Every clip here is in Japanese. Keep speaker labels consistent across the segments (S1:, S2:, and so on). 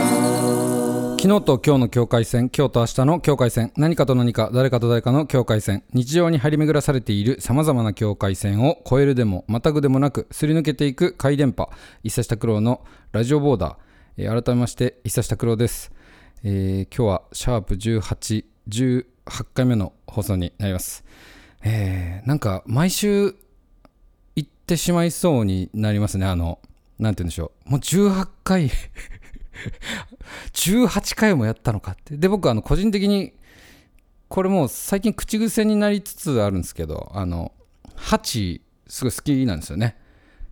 S1: 昨日と今日の境界線今日と明日の境界線何かと何か誰かと誰かの境界線日常に張り巡らされているさまざまな境界線を越えるでもまたぐでもなくすり抜けていく回電波一茶下九郎のラジオボーダー、えー改めまして一茶下九郎です、えー今日はシャープ1818回目の放送になります、えーなんか毎週行ってしまいそうになりますねあのなんて言うんでしょうもう18回18回もやったのかってで僕あの個人的にこれもう最近口癖になりつつあるんですけどあの8すごい好きなんですよね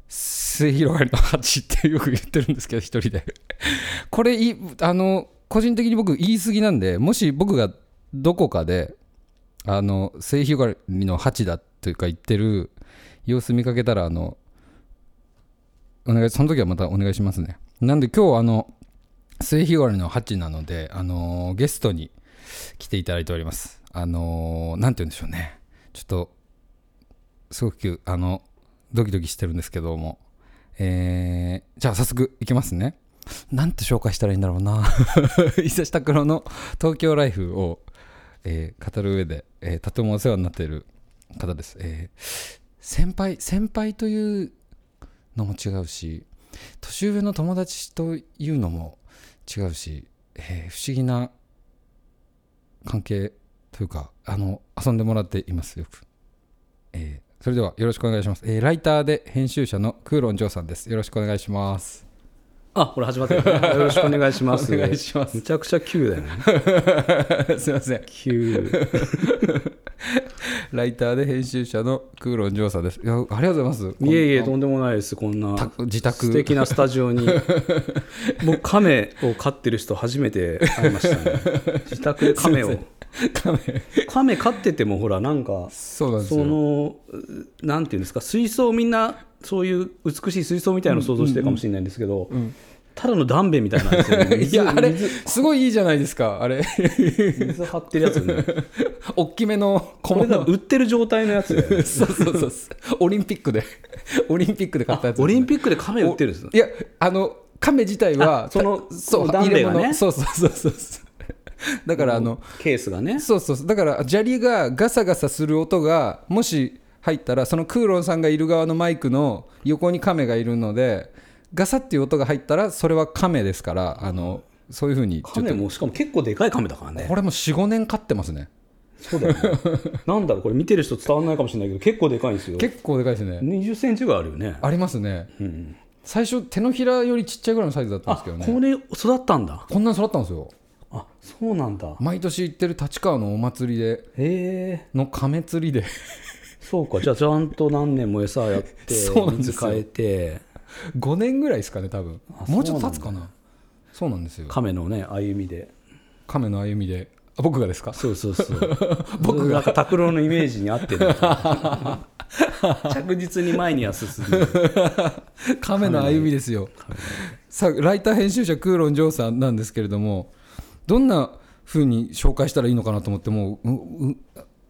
S1: 末広がりの8ってよく言ってるんですけど一人で これいあの個人的に僕言い過ぎなんでもし僕がどこかであの末広がりの8だというか言ってる様子見かけたらあのお願いその時はまたお願いしますねなんで今日あの末日割りの8なので、あのーゲストに来ていただいております。あのーなんて言うんでしょうね。ちょっと、すごく、あの、ドキドキしてるんですけども。えーじゃあ早速いきますね。なんて紹介したらいいんだろうな。 伊勢下黒の東京ライフを、えー語る上で、えーとてもお世話になっている方です。えー先輩、先輩というのも違うし、年上の友達というのも違うし、えー不思議な関係というかあの遊んでもらっていますよく、えーそれではよろしくお願いします、えーライターで編集者のクーロンジョーさんですよろしくお願いします
S2: あ、これ始まってる、 ね。よろしくお願いします。
S1: お願いします
S2: めちゃくちゃ急だよね。
S1: すいません
S2: 急。
S1: ライターで編集者のクーロンジョーさんですいやありがとうございます
S2: いえいえ、
S1: こん
S2: とんでもないです。こんな
S1: なた自宅
S2: 素敵なスタジオに。僕、亀を飼ってる人初めて会いましたね。自宅で亀を。
S1: カメ
S2: 亀飼ってても、ほら、なんか、
S1: そうなんです
S2: そ
S1: よ
S2: の、うなんていうんですか、水槽みんな、そういう美しい水槽みたいなのを想像してるかもしれないんですけど、ただのダンベみたいなんですよね。
S1: いやあれ
S2: 水
S1: すごいいいじゃないですかあれ
S2: 水張ってるやつね。
S1: 大きめの小
S2: これ
S1: 物
S2: が売ってる状態のやつだよね
S1: そうそうそうそうオリンピックで オリンピックで買ったやつですね、
S2: オリンピックで亀売ってるんです
S1: いやあの亀自体は
S2: あその
S1: たそう
S2: ダンベがね
S1: 入れ物そうそうそうそうそうだからあの
S2: ケースがね
S1: そうそうそうだから砂利がガサガサする音がもし入ったらそのクーロンさんがいる側のマイクの横に亀がいるのでガサっていう音が入ったらそれは亀ですからあのそういうふうにちょっ
S2: 亀
S1: と
S2: もしかも結構でかい亀だからね
S1: これも45年飼ってますね
S2: そうだよねなんだろうこれ見てる人伝わらないかもしれないけど結構でかいんですよ
S1: 結構でかいですね
S2: 2 0ンチぐらいあるよね
S1: ありますね
S2: うん
S1: 最初手のひらよりちっちゃいぐらいのサイズだったん
S2: あ
S1: ですけど
S2: こ
S1: ね
S2: れ育ったんだ
S1: こんなに育ったんですよ
S2: あそうなんだ
S1: 毎年行ってる立川のお祭りで
S2: へえ
S1: の亀釣りで
S2: そうかじゃあちゃんと何年も餌やっ て
S1: そうなんですよ
S2: 水変えて
S1: 5年ぐらいですかね多分
S2: あ
S1: もうちょっと経つかなそうなんですよ
S2: 亀のね歩みで
S1: 亀の歩みであ僕がですか
S2: そうそう そう僕がなんか拓郎のイメージに合って る着実に前には進む
S1: 亀の歩みですよさあライター編集者クーロン・ジョーさんなんですけれどもどんな風に紹介したらいいのかなと思ってもううう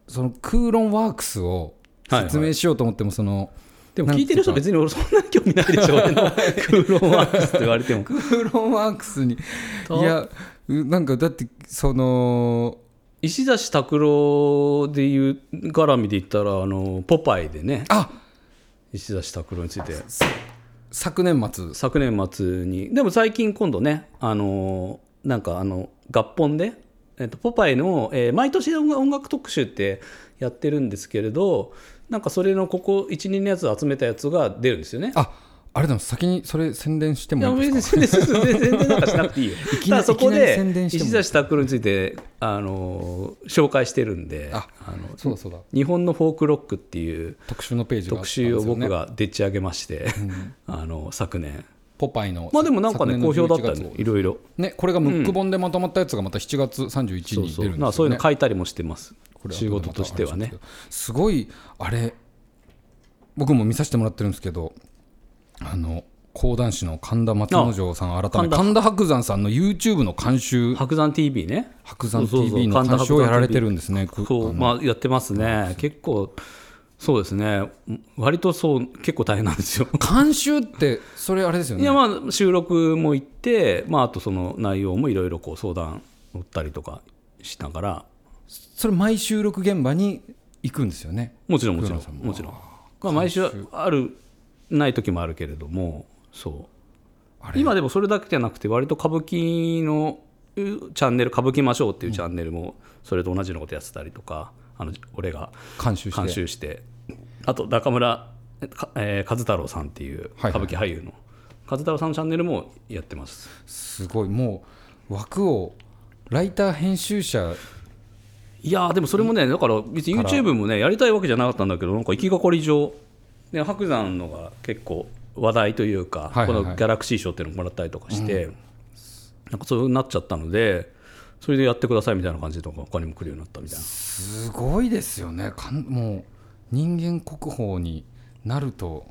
S1: そのクーロンワークスを説明しようと思ってもその、
S2: でも聞いてる人
S1: なんうか
S2: 別に俺そんなに興味ないで しょ俺のクーロンワークスって言われても
S1: クーロンワークスにいやうなんかだってその
S2: 石橋拓郎でいう絡みで言ったらあのポパイでね
S1: あ
S2: 石橋拓郎について
S1: 昨年末
S2: 昨年末にでも最近今度ねあのなんかあの合本で、えっと、ポパイの、えー毎年音楽音楽特集ってやってるんですけれどなんかそれのここ12のやつ集めたやつが出るんですよね
S1: ああれでも先にそれ宣伝して
S2: い
S1: も
S2: や
S1: いいですか
S2: 別に全然全然なんかしなくていいよ
S1: き
S2: た
S1: な
S2: だそこ
S1: いきなり
S2: で
S1: 宣伝しても
S2: 石橋拓郎についてあの紹介してるんで
S1: あ
S2: あの
S1: そうだそうだ
S2: 日本のフォークロックっていう
S1: 特集のページがあったん
S2: 特
S1: ですよ、ね、
S2: 集を僕がでっち上げまして、 あの昨年
S1: ポパイの
S2: まあでもなんかね
S1: 昨
S2: 好
S1: 年の
S2: 評だった
S1: 11
S2: ね
S1: 月
S2: いろいろ
S1: ねこれがムック本でまとまったやつがまた7月31日
S2: そう
S1: に
S2: そ
S1: 出る
S2: うんな
S1: で
S2: んか
S1: す
S2: そう
S1: よ
S2: いう
S1: ね
S2: の書いたりもしてます
S1: これ
S2: 仕事としてはね
S1: すごいあれ僕も見させてもらってるんですけどあの講談師の神田松之丞さん改め
S2: 神
S1: 神田
S2: 田
S1: 伯山さんの YouTube の監修
S2: 白山 TV ね
S1: 白山
S2: そうそうそう
S1: TV の
S2: 神田
S1: 監修を
S2: 伯山
S1: やられてるんですねく
S2: そうまあやってますね結構そうですね割とそう結構大変なんですよ
S1: 監修ってそれあれですよ
S2: い
S1: ね
S2: やまあ収録も行って、まあ、あとその内容もいろいろこう相談乗ったりとかしながら
S1: それ毎収録現場に行くんですよね
S2: もちろんもちろ
S1: 黒田さん
S2: ん
S1: も
S2: もちろん、まあ、毎週あるない時もあるけれどもそう今でもそれだけじゃなくて割と歌舞伎のうチャンネル「歌舞伎ましょう」っていうチャンネルもそれと同じようなことやってたりとか、あの俺が
S1: 監修して
S2: 監修してあと中村かえー和太郎さんっていう
S1: はいはい
S2: 歌舞伎俳優の、和太郎さんのチャンネルもやってます
S1: すごいもう枠をライター編集者
S2: いやーでもそれもねだから別に YouTube もねやりたいわけじゃなかったんだけどなんか行きがかり上ね白山のが結構話題というか、
S1: はいはいはい
S2: このギャラクシー賞っていうのもらったりとかして、なんかそうなっちゃったのでそれでやってくださいみたいな感じでとかお金も来るようになったみたいな
S1: すごいですよねかんもう人間国宝になると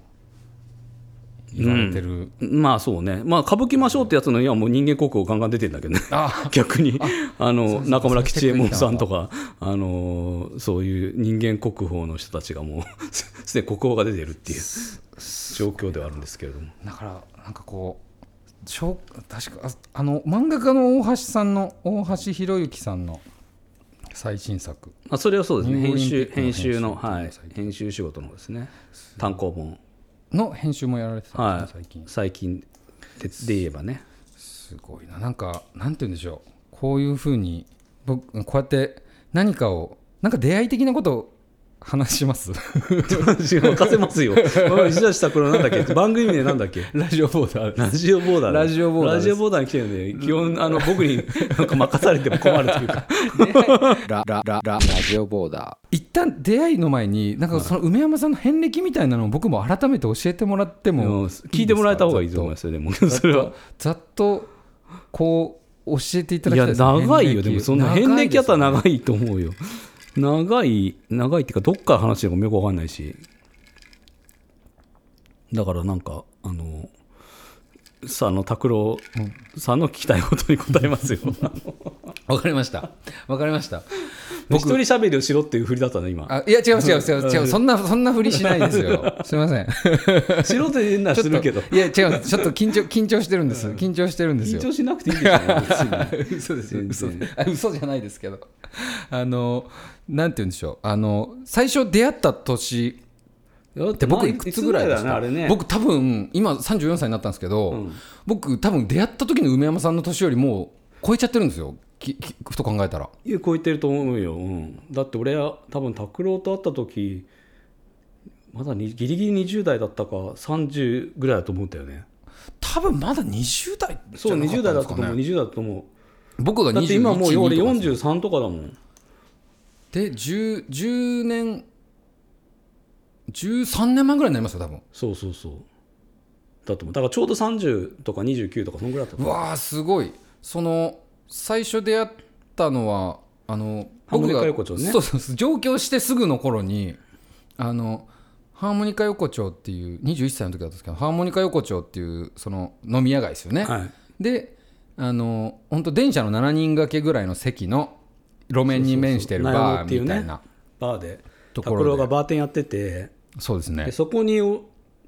S1: 言われてる、
S2: まあそうねまあ歌舞伎ましょうってやつのいやもう人間国宝ガンガン出てんだけどね
S1: あ
S2: 逆にあの中村吉右衛門さん
S1: そ
S2: とかあのそういう人間国宝の人たちがもう すでに国宝が出てるっていう状況ではあるんですけれども
S1: だからなんかこうしょう確かああの漫画家の大橋さんの大橋博之さんの最新作
S2: あそれはそうですね
S1: ニュー
S2: 編
S1: オリンピッ
S2: 集
S1: クの
S2: 編集の
S1: 編集っていうのが
S2: はい
S1: 最
S2: 編集仕事の方ですね単行本
S1: の編集もやられてたん
S2: は
S1: で
S2: い
S1: すね、最近
S2: 最近でで言えばね
S1: すごいななんかなんて言うんでしょうこういうふうに僕こうやって何かをなんか出会い的なことを話します
S2: 任せますよおい石田下これなんだっけ番組名なんだっけ
S1: ラジオボーダー
S2: ラジオボーダーだ
S1: ラジオボーダー
S2: ラ
S1: です
S2: ジオボーダーに来てるんで基本あの僕になんか任されても困るというか
S3: ラララララジオボーダー。
S1: 一旦出会いの前になんかその梅山さんの遍歴みたいなのを僕も改めて教えてもらって
S2: で
S1: も
S2: も聞いてもらえた方がいい
S1: です
S2: と
S1: か
S2: 思いますよでもそれは
S1: ざっとこう教えていただ
S2: い
S1: きた
S2: や
S1: いですね
S2: 長いよでもその変歴やったら
S1: 長いで
S2: 長いと思うよ長い長いっていうかどっから話してるかもよくわかんないしだからなんかあのさあの拓郎さんの聞きたいことに答えます よ
S1: すねわかりましたわかりました
S2: 一人喋りをしろっていう振りだったの今
S1: あいや違う違う違う違 うそんなそんなふりしないですよすいません
S2: しろって言うならするけど
S1: いや違うちょっと緊張緊張してるんです緊張してるんです
S2: 緊
S1: よ
S2: 張しなくていいでしょ
S1: 嘘ですよ
S2: 全
S1: 嘘
S2: 然
S1: あ嘘じゃないですけどあのなんて言うんでしょうあの最初出会った年
S2: だっ
S1: って僕いくつぐらいで
S2: だ
S1: した
S2: よねあれね
S1: 僕多分今34歳になったんですけど、僕多分出会った時の梅山さんの年よりもう超えちゃってるんですよききふと考えたら
S2: いや超えてると思うよ、うん、だって俺は多分拓郎と会った時まだにギリギリ20代だったか30ぐらいだと思うんだよね
S1: 多分まだ20代
S2: そう
S1: じゃ
S2: 20
S1: な
S2: 代
S1: か
S2: だ
S1: っ
S2: った
S1: た
S2: と
S1: ん
S2: 思う
S1: ですかね
S2: 20代だと思
S1: 僕が
S2: うだって今もう俺
S1: 21
S2: 43とかだもん
S1: で 10, 10年13年前ぐらいになりますよ多分
S2: そうそうそうだと思うだからちょうど30とか29とかそのぐらいだったと
S1: う
S2: 思う
S1: わあすごいその最初出会ったのはあの
S2: ハーモニカ
S1: 僕が
S2: 横丁ね
S1: そうそうそう上京してすぐの頃にあのハーモニカ横丁っていう21歳の時だったんですけどハーモニカ横丁っていうその飲み屋街ですよね、
S2: はい
S1: であの本当電車の7人掛けぐらいの席の路面に面してる
S2: そうそうそう
S1: バーみたいな
S2: バーで
S1: ところ
S2: 拓
S1: で
S2: 郎がバーテンやってて
S1: そうですね
S2: でそこにお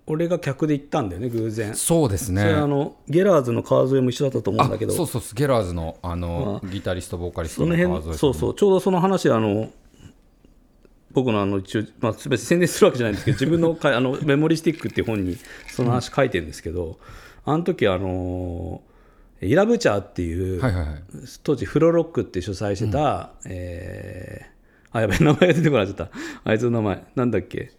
S2: 俺が客で行ったんだよね偶然
S1: そうですね
S2: それあのゲラーズの川沿いも一緒だったと思うんだけど
S1: あそうそうそうゲラーズのあのギタリストボーカリス
S2: そ
S1: ト
S2: の
S1: の川
S2: 辺
S1: 添さん
S2: そうそうちょうどその話あの僕のあの一応、まあ、別に宣伝するわけじゃないん ですけど自分のかあのメモリスティックっていう本にその話書いてるんですけど、あの時あのイラブチャーっていう、
S1: はいはいはい
S2: 当時フロロックって主催してた、えーあやべ名前が出てこなくなっちゃったあいつの名前なんだっけ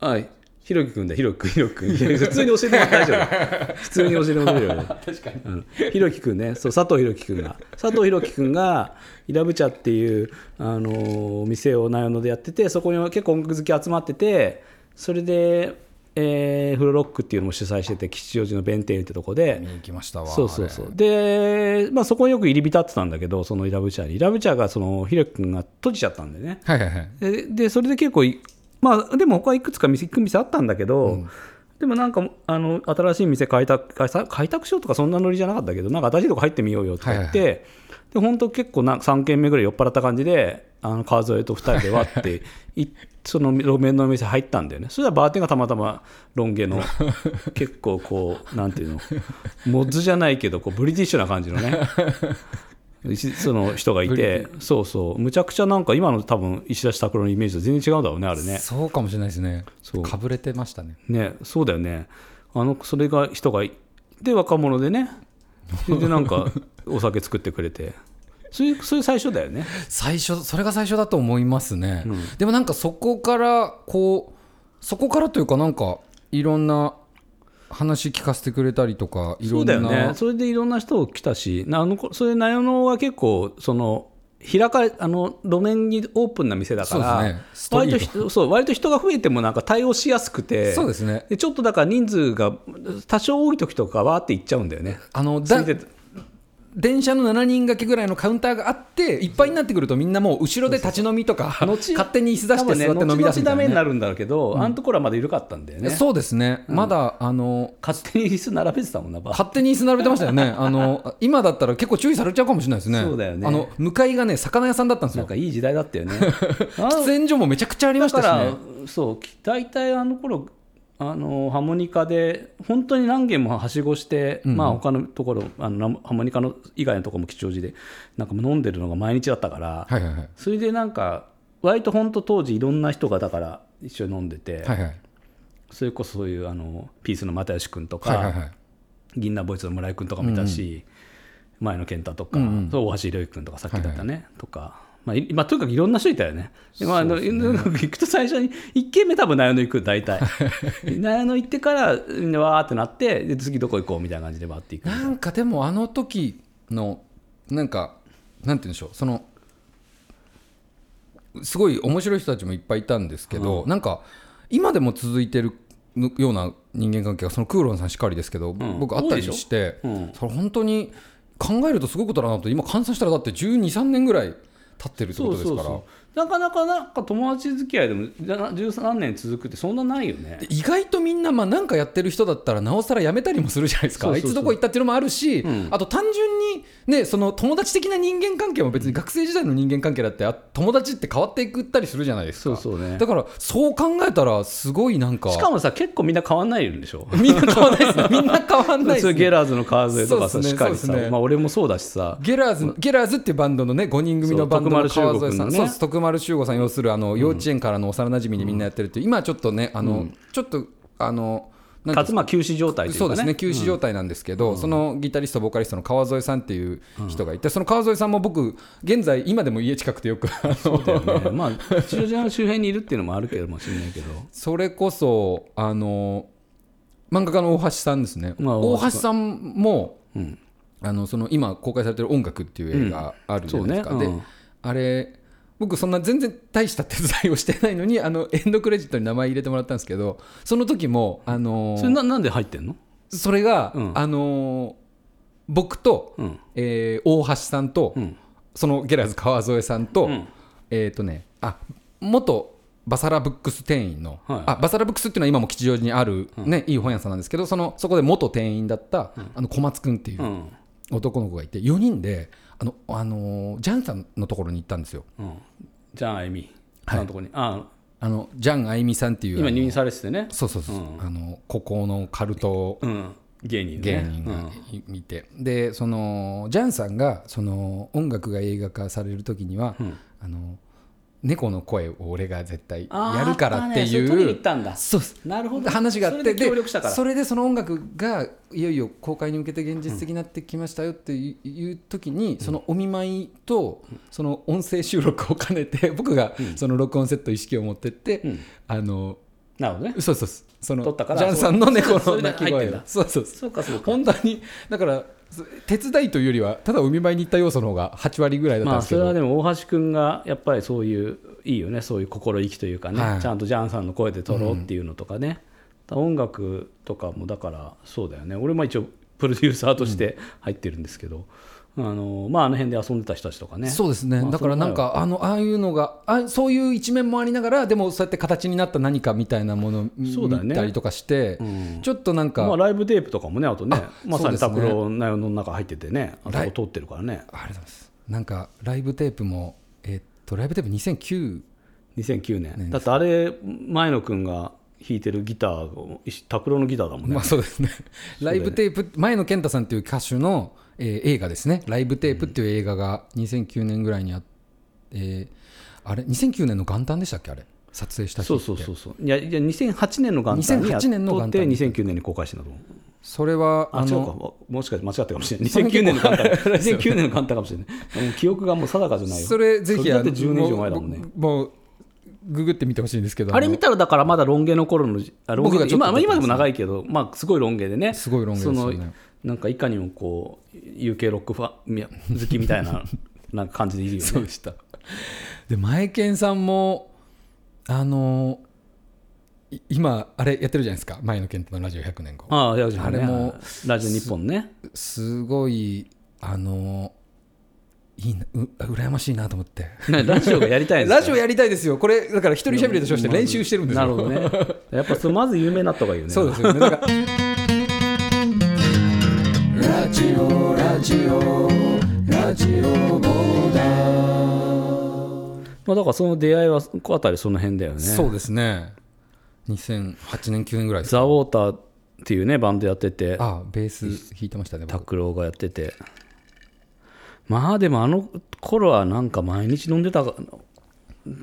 S2: はいひろきくんだひろきくんひろきくんいや普通に教えてもらって大丈夫普通に教えてもらって大丈夫 確かに、うん、ひろきくんねそう佐藤ひろきくんが佐藤ひろきくんがイラブチャっていう、あのーお店を長野でやっててそこに結構音楽好き集まっててそれで、えーフロロックっていうのも主催してて吉祥寺の弁天ってとこで、
S1: 見に行きましたわ
S2: そうそうそうで、まあ、そこによく入り浸ってたんだけどそのイラブチャーにイラブチャーがそのヒロ君が閉じちゃったんでね
S1: あれはいはいはい
S2: ででそれで結構いまあでも他いくつか店行く店あったんだけど、でもなんかあの新しい店開拓開拓開拓しようとかそんなノリじゃなかったけどなんか新しいとこ入ってみようよとか言って、で本当結構な3軒目ぐらい酔っ払った感じであの川添と2人でわっていその路面のお店入ったんだよねそしたらバーテンがたまたまロン毛の結構こうなんていうのモッズじゃないけどこうブリティッシュな感じのね石その人がいてそうそうむちゃくちゃなんか今の多分石田拓郎のイメージと全然違うんだろうねあれね
S1: そうかもしれないですね
S2: そう
S1: かぶれてましたね
S2: ねそうだよねあのそれが人がいで若者でねそれでなん かお酒作ってくれてそれそれ最初だよね
S1: 最初それが最初だと思いますね、でもなんかそこからこうそこからというかなんかいろんな話聞かせてくれたりとかい
S2: そ
S1: ろ
S2: うんだ
S1: な
S2: よねそれでいろんな人来たしなあのこそれなよのは結構その開かれあの路面にオープンな店だか
S1: そう
S2: ら、
S1: ですねストリー
S2: 割
S1: ト
S2: と人そう割と人が増えてもなんか対応しやすくて
S1: そうですね
S2: でちょっとだから人数が多少多い時とかわーって行っちゃうんだよね。
S1: あのだ
S2: ついて
S1: 電車の7人掛けぐらいのカウンターがあっていっぱいになってくるとみんなもう後ろで立ち飲みとか
S2: 後
S1: 勝手に椅子出して座って飲み出す
S2: 多分ね後々
S1: み
S2: ダ
S1: た
S2: メ
S1: い
S2: に
S1: な
S2: な
S1: ね
S2: るんだろうけど、あのところはまだ緩かったんだよね。
S1: そうですねまだあの
S2: 勝手に椅子並べてたもんな、バー
S1: 勝手に椅子並べてました よねあの今だったら結構注意されちゃうかもしれないですね
S2: そうだよね
S1: あの向かいがね魚屋さんだったんです
S2: なん
S1: よ
S2: かいい時代 だったよね。
S1: 喫煙所もめちゃくちゃありま
S2: だ
S1: した
S2: か
S1: し
S2: ら、
S1: ね
S2: そう、大体あの頃あのハーモニカで、本当に何軒もはしごして、まあ他のところ、あのハーモニカの以外のところも吉祥寺で、なんかもう飲んでるのが毎日だったから、
S1: はいはいはい
S2: それでなんか、割と本当、当時、いろんな人がだから一緒に飲んでて、
S1: はいはい
S2: それこそそういうあのピースの又吉君とか、
S1: はいはいはい
S2: 銀杏ボーイズの村井君とかもいたし、前野健太とか、そう大橋ひろゆき君とかさっきだったね、とか、まあいまあ、とにかくいろんな人いたよね。でまあ、あの行くと最初に1軒目多分納屋の行く大 体納屋の行ってからみんなわーってなってで次どこ行こうみたいな感じでわーって行く。
S1: なんかでもあの時のなんかなんて言うんでしょうそのすごい面白い人たちもいっぱいいたんですけど、なんか今でも続いてるような人間関係がそのクーロンさんしかりですけど、僕あったりして、それ本当に考えるとすごいことだなと今換算したらだって1 2 3年ぐらい経ってるってことですから
S2: なかなかなんか友達付き合いでもな13年続くってそんなないよね
S1: で。意外とみんな、まあ、なんかやってる人だったらなおさらやめたりもするじゃないですか
S2: そうそう
S1: あい
S2: そう
S1: つどこ行ったっていうのもあるし、あと単純に、ね、その友達的な人間関係も別に学生時代の人間関係だってあ友達って変わっていくったりするじゃないですか
S2: そうそうね
S1: だからそう考えたらすごいなんか
S2: しかもさ結構みんな変わんないんでしょ
S1: みんな変わんないです ねみんな変わんないで
S2: そ
S1: す
S2: う
S1: ね
S2: ゲラーズの川添とか
S1: そ
S2: さ、
S1: うっすね
S2: しっかり
S1: そ
S2: さ、
S1: うっすね
S2: まあ俺もそうだしさ、
S1: ゲラーズゲラーズっていうバンドのね5人組のバンドの
S2: そう徳
S1: 川
S2: 丸修吾
S1: 添
S2: 君
S1: さ
S2: の
S1: ん
S2: ね
S1: そうです徳丸修吾さん要するあの幼稚園からの幼馴染にみんなやってるっていう今ちょっとねあの、ちょっとあのなんていう
S2: 勝
S1: んですか
S2: 間休止状態という
S1: そう
S2: かね。
S1: ですね休止状態なんですけど、そのギタリスト、ボーカリストの川添さんっていう人がいて、その川添さんも僕、現在、今でも家近くてよ く、あのそ
S2: そうだよ ね。まあ、吉祥寺の周辺にいるっていうのもあるけどもしれないけど。
S1: れこそあの、漫画家の大橋さんですね、
S2: まあ
S1: 大橋さんも、
S2: ん
S1: あのその今、公開されてる音楽っていう映画あるじゃないですか。
S2: そうねうん
S1: であれ僕そんな全然大した手伝いをしてないのにあのエンドクレジットに名前入れてもらったんですけどその時もあの
S2: それななんで入ってんの
S1: それが、
S2: うん
S1: あのー僕と、
S2: うん
S1: えー大橋さんと、
S2: うん。
S1: そのゲラーズ川添さんと、
S2: ん
S1: えっ、とねあ元バサラブックス店員の、
S2: はい。
S1: あバサラブックスっていうのは今も吉祥寺にある、ねいい本屋さんなんですけどそのそこで元店員だった、あの小松君っていううん男の子がいて4人であの、あのージャンさんのところに行ったんですよ
S2: うん。じゃあ、あゆみ。はい。とこに。あ
S1: あのジャンあゆみさんっていう
S2: 今
S1: あの
S2: 入院されててね。
S1: そうそうそう、
S2: うん
S1: あの孤高のカルト
S2: うん。芸人ね。
S1: 芸人がい見て、でそのジャンさんがその音楽が映画化される時には、あの猫の声を俺が絶対やるからって
S2: あーあった
S1: い
S2: ねそれ取りに
S1: う
S2: 行ったんだ
S1: そうです
S2: なるほど。
S1: 話があって
S2: それで協力したから。
S1: それでその音楽がいよいよ公開に向けて現実的になってきましたよっていういう時に、そのお見舞いとその音声収録を兼ねて 僕がその録音セット意識を持ってって、
S2: ん
S1: あの
S2: なるほどね。
S1: そうそうそうその
S2: 撮ったから
S1: ジャンさんの猫
S2: そ
S1: の
S2: れで
S1: 鳴き
S2: 入って
S1: 声
S2: ん
S1: が
S2: だ
S1: そうそうそう
S2: そうか、そうか。
S1: 本当にだからそ手伝いというよりはただお見舞いに行った要素の方が8割ぐらいだった
S2: ま
S1: んで
S2: あ、
S1: すけ
S2: そ
S1: ど、
S2: れはでも大橋君がやっぱりそういういいよねそういう心意気というかね、
S1: はい
S2: ちゃんとジャンさんの声で撮ろうっていうのとかね、音楽とかもだからそうだよね俺も一応プロデューサーとして入ってるんですけど、あのまああの辺で遊んでた人たちとかね
S1: そうですね、
S2: まあ
S1: だからなんか、あのああいうのがあ、そういう一面もありながら、でもそうやって形になった何かみたいなものを
S2: そうだよね
S1: 見たりとかして、
S2: うん
S1: ちょっとなんか、
S2: まあ、ライブテープとかもねあとね
S1: あ
S2: まさに
S1: そうです
S2: 拓
S1: ね
S2: 郎の中入っててねあ
S1: ラ
S2: そ
S1: イ
S2: こ通ってるからね
S1: ありがとうございます、なんかライブテープも、えーっとライブテープ2009、
S2: 2009年、だってあれ前野君が弾いてるギターをいし拓郎のギターだもんね、
S1: まあそうですね、ライブテープ、前野健太さんという歌手の、えー映画ですね、ライブテープっていう映画が2009年ぐらいにあって、えーあれ、2009年の元旦でしたっけ、あれ、撮影した日って
S2: そうそうそうそういやいや2008年の元旦にやっ
S1: 2008年の
S2: と
S1: 元
S2: っ
S1: 旦
S2: て2009年に公開してんだと思う
S1: それは
S2: あ
S1: あ
S2: そうか
S1: の
S2: ももしかして間違ったかもしれない2009年の元旦2009年の元旦かもしれないもう記憶がもう定かじゃないよ
S1: それぜひ
S2: だ
S1: あ
S2: って
S1: の
S2: 10年以上前だもんね
S1: うもうググってみてほしいんですけど
S2: あれ見
S1: の
S2: たらだからまだロン毛の頃のじあロン毛
S1: 僕が
S2: って
S1: ちょっと
S2: 今
S1: 撮って
S2: 今でも
S1: ますね
S2: 長いけど、まあ、すごいロン毛でね
S1: すごいロン毛ですよね
S2: そのなんかいかにもこう UK ロックファンみ好きみたいな なんか感じでいるよねそうでした
S1: でマエケンさんもあのい今あれやってるじゃないですか前野健太のラジオ100年後
S2: ああラジオね
S1: あれも
S2: ラジオ日本ね
S1: すごいあのいいなう羨ましいなと思って
S2: ねラジオがやりたいんですよ
S1: ラジオやりたいですよこれだから一人しゃべりと称して練習してるんですよ
S2: なるほどねやっぱそれまず有名になった方がいいよね
S1: そうですよねだから
S3: ラジオラジオラジオボーダ
S2: まあ、だからその出会いはあたりその辺だよね
S1: そうですね2008年9年ぐらいです
S2: ザ・ウォーターっていうねバンドやってて
S1: あベース弾いてましたね僕
S2: 拓郎がやっててまあでもあの頃はなんか毎日飲んでたか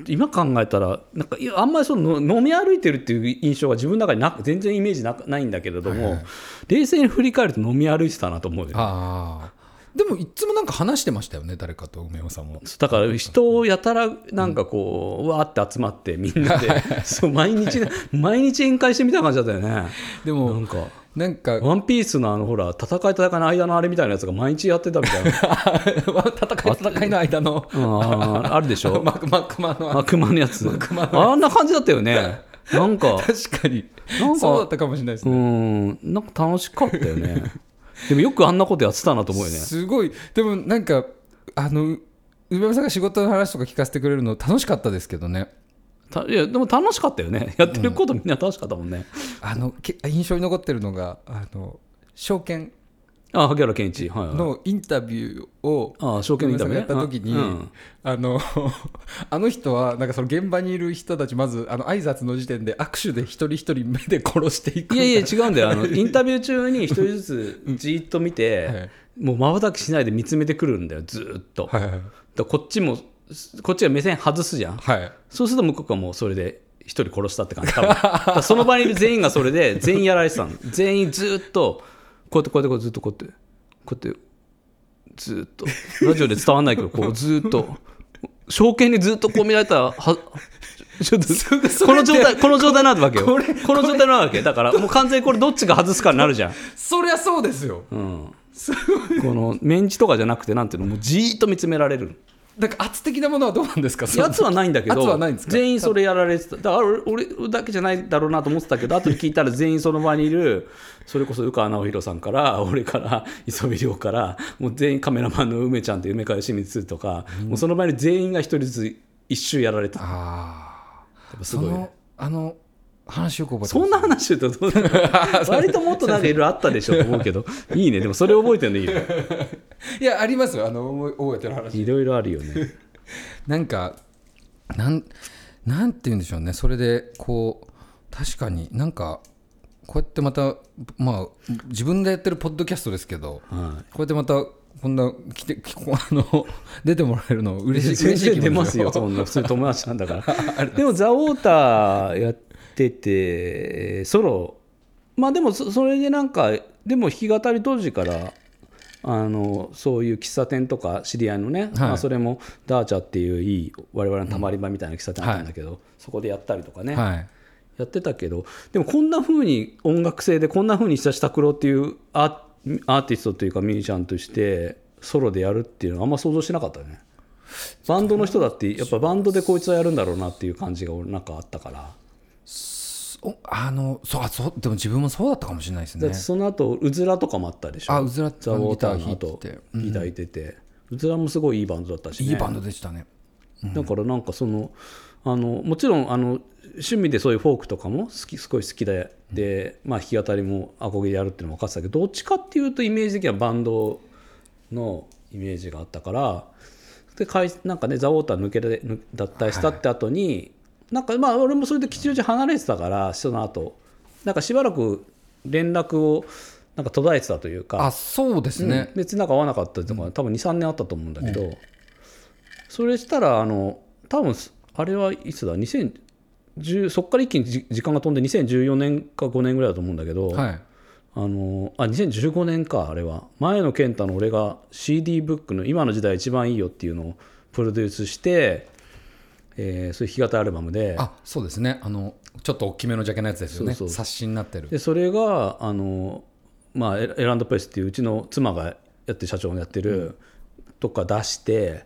S2: 今考えたらなんかいやあんまりその飲み歩いてるっていう印象が自分の中にな全然イメージなないんだけれども、冷静に振り返ると飲み歩いてたなと思うよ
S1: ああでもいつもなんか話してましたよね誰かと梅尾さんも
S2: だから人をやたらなんかこう、うわーって集まってみんなでそう毎日毎日宴会してみたいな感じだったよね
S1: で
S2: な
S1: も
S2: んか
S1: なんか
S2: ワンピースのあのほら戦い戦いの間のあれみたいなやつが毎日やってたみたい な
S1: 戦い戦いの間の
S2: うんあるでしょ
S1: マクマクマの
S2: 悪魔のやつあんな感じだったよねなんか
S1: 確かに
S2: なんか
S1: そうだったかもしれないです
S2: う
S1: ね、
S2: んなんか楽しかったよねでもよくあんなことやってたなと思うよね
S1: すごいでもなんかあの梅尾さんが仕事の話とか聞かせてくれるの楽しかったですけどね
S2: たいやでも楽しかったよねやってることみんな楽しかったもんね、
S1: あのけ印象に残ってるのがあの証券
S2: あ萩原健一はい、はい、
S1: のインタビューを
S2: あ証券のインタビューね
S1: やった時に、
S2: うん
S1: あの あの人はなんかその現場にいる人たちまずあの挨拶の時点で握手で一人一人目で殺していく
S2: いやいや
S1: や
S2: 違うんだよあ のインタビュー中に一人ずつじーっと見て、
S1: はい
S2: もうまばたきしないで見つめてくるんだよずーっと、
S1: はいはい
S2: だからこっちもこっちが目線外すじゃん
S1: はい
S2: そうすると向こうがもうそれで一人殺したって感じ多分だからその場にいる全員がそれで全員やられてたの全員ずーっとこうやってこうやってこうずっとこうやってこうやってずーっとラジオで伝わんないけどこうずーっと証券にずーっとこう見られたらはちょっとこの状態この状態なわけよこの状態なわけだからもう完全にこれどっちが外すかになるじゃん、
S1: そりゃそうですよ
S2: うん、このメンチとかじゃなくてなんていうのもうじーっと見つめられる
S1: なんか圧的なものはどうなんですかその
S2: やつはないんだけど
S1: やつはないんですか
S2: 全員それやられてただから俺俺だけじゃないだろうなと思ってたけど後で聞いたら全員その場にいるそれこそ宇川直弘さんから俺から磯部亮からもう全員カメラマンの梅ちゃんと梅川芳光とか、もうその場に全員が一人ずつ一周やられたや
S1: あ
S2: っぱ
S1: あ
S2: す
S1: そ
S2: ごいね、
S1: のあの話よく覚えて
S2: そんな話言うとどう なる割ともっとなんかいろいろあったでしょと思うけどいいねでもそれ覚えてるのいいね
S1: いやありますよあの思い覚えてる話
S2: いろいろあるよね
S1: なんかなんなんて言うんでしょうねそれでこう確かになんかこうやってまたまあ自分がやってるポッドキャストですけど、
S2: は
S1: こうやってまたこんな来てきこあの 出てもらえるの嬉し い
S2: 全
S1: 嬉しい
S2: 然
S1: 気分で
S2: 出ますよ、そんな、普通に友達なん だから。でも、ザ・ウォーターやってて、えーソロ、まあでもそ、それでなんか、でも弾き語り当時から、あのそういう喫茶店とか知り合いのね、まあ、それもダーチャっていういい我々のたまり場みたいな喫茶店あったんだけど、そこでやったりとかね、
S1: はい
S2: やってたけどでもこんな風に音楽性でこんな風に久し拓郎っていうアーアーティストというかミュージシャンとしてソロでやるっていうのはあんま想像してなかったねバンドの人だってやっぱバンドでこいつはやるんだろうなっていう感じが俺なんかあったから
S1: おあのそうあそうでも自分もそうだったかもしれないです
S2: だっ
S1: ね
S2: てその後うずらとかもあったでしょ
S1: あうずら
S2: ザ・ウォーターの
S1: ギター
S2: 後
S1: 弾いててうん
S2: ギター弾いてて、うずらもすごいいいバンドだったし、ね、
S1: いいバンドでしたね
S2: だからなんかそのあのもちろんあの趣味でそういうフォークとかも好きすごい好きでで、まあ、弾き語りもアコギでやるっていうのも分かってたけどどっちかっていうとイメージ的にはバンドのイメージがあったからでかいなんかね「ザ・ウォーター抜けられ抜脱退したって後に、なんかまあ俺もそれで吉祥寺離れてたからその後なんかしばらく連絡をなんか途絶えてたというか
S1: あそうですね、
S2: 別になんか合わなかったりとか、多分23年あったと思うんだけど、それしたらあの多分すあれはいつだ2010そっから一気にじ時間が飛んで2014年か5年ぐらいだと思うんだけど、
S1: はい
S2: あのあ2015年かあれは前野健太の俺が CD ブックの「今の時代一番いいよ」っていうのをプロデュースして、えーそういう弾き語りアルバムで
S1: あそうですねあのちょっと大きめのジャケのやつですよね
S2: そうそう
S1: 冊子になってる
S2: でそれがあの、まあ、エエランドプレスっていううちの妻がやってる社長がやってるとか出して、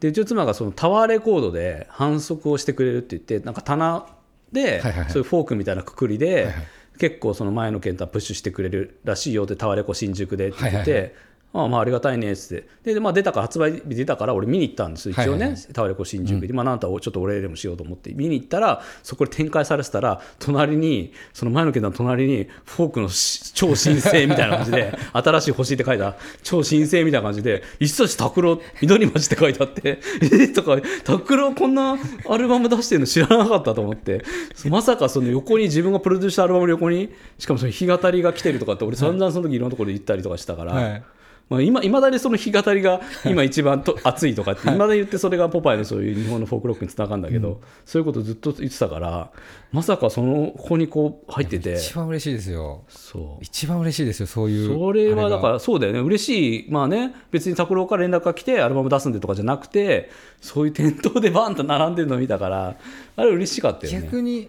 S2: でうちの妻がそのタワーレコードで反則をしてくれるって言ってなんか棚で、
S1: はいはいはい
S2: そういうフォークみたいなくくりで、結構その前の健太はプッシュしてくれるらしいよってタワーレコ新宿でって言ってて。
S1: はい
S2: ああまあありがたいねっつってでで、まあ、出たから発売日出たから俺見に行ったんですよ一応ね、
S1: はいはいは
S2: タワレコ新宿で、まあ、あなたをちょっとお礼でもしようと思って見に行ったらそこで展開されてたら隣にその前の件の隣にフォークのし超新星みたいな感じ で新しい星って書いた超新星みたいな感じで一橋拓郎緑町って書いてあってえとか拓郎こんなアルバム出してるの知らなかったと思ってまさかその横に自分がプロデュースしたアルバムの横にしかもその弾き語りが来てるとかって俺散々その時いろんなところで行ったりとかしたから。
S1: はい
S2: まあ、今いまだにその日語りが今一番と熱いとかっていまだに言ってそれがポパイのそういう日本のフォークロックにつながるんだけど、そういうことずっと言ってたからまさかそのここにこう入ってて
S1: 一番嬉しいですよ
S2: そう
S1: 一番嬉しいですよそういう
S2: それはだ
S1: あ
S2: からそうだよね嬉しいまあね別に拓郎から連絡が来てアルバム出すんでとかじゃなくてそういう店頭でバンと並んでるの見たからあれ嬉しかったよね
S1: 逆に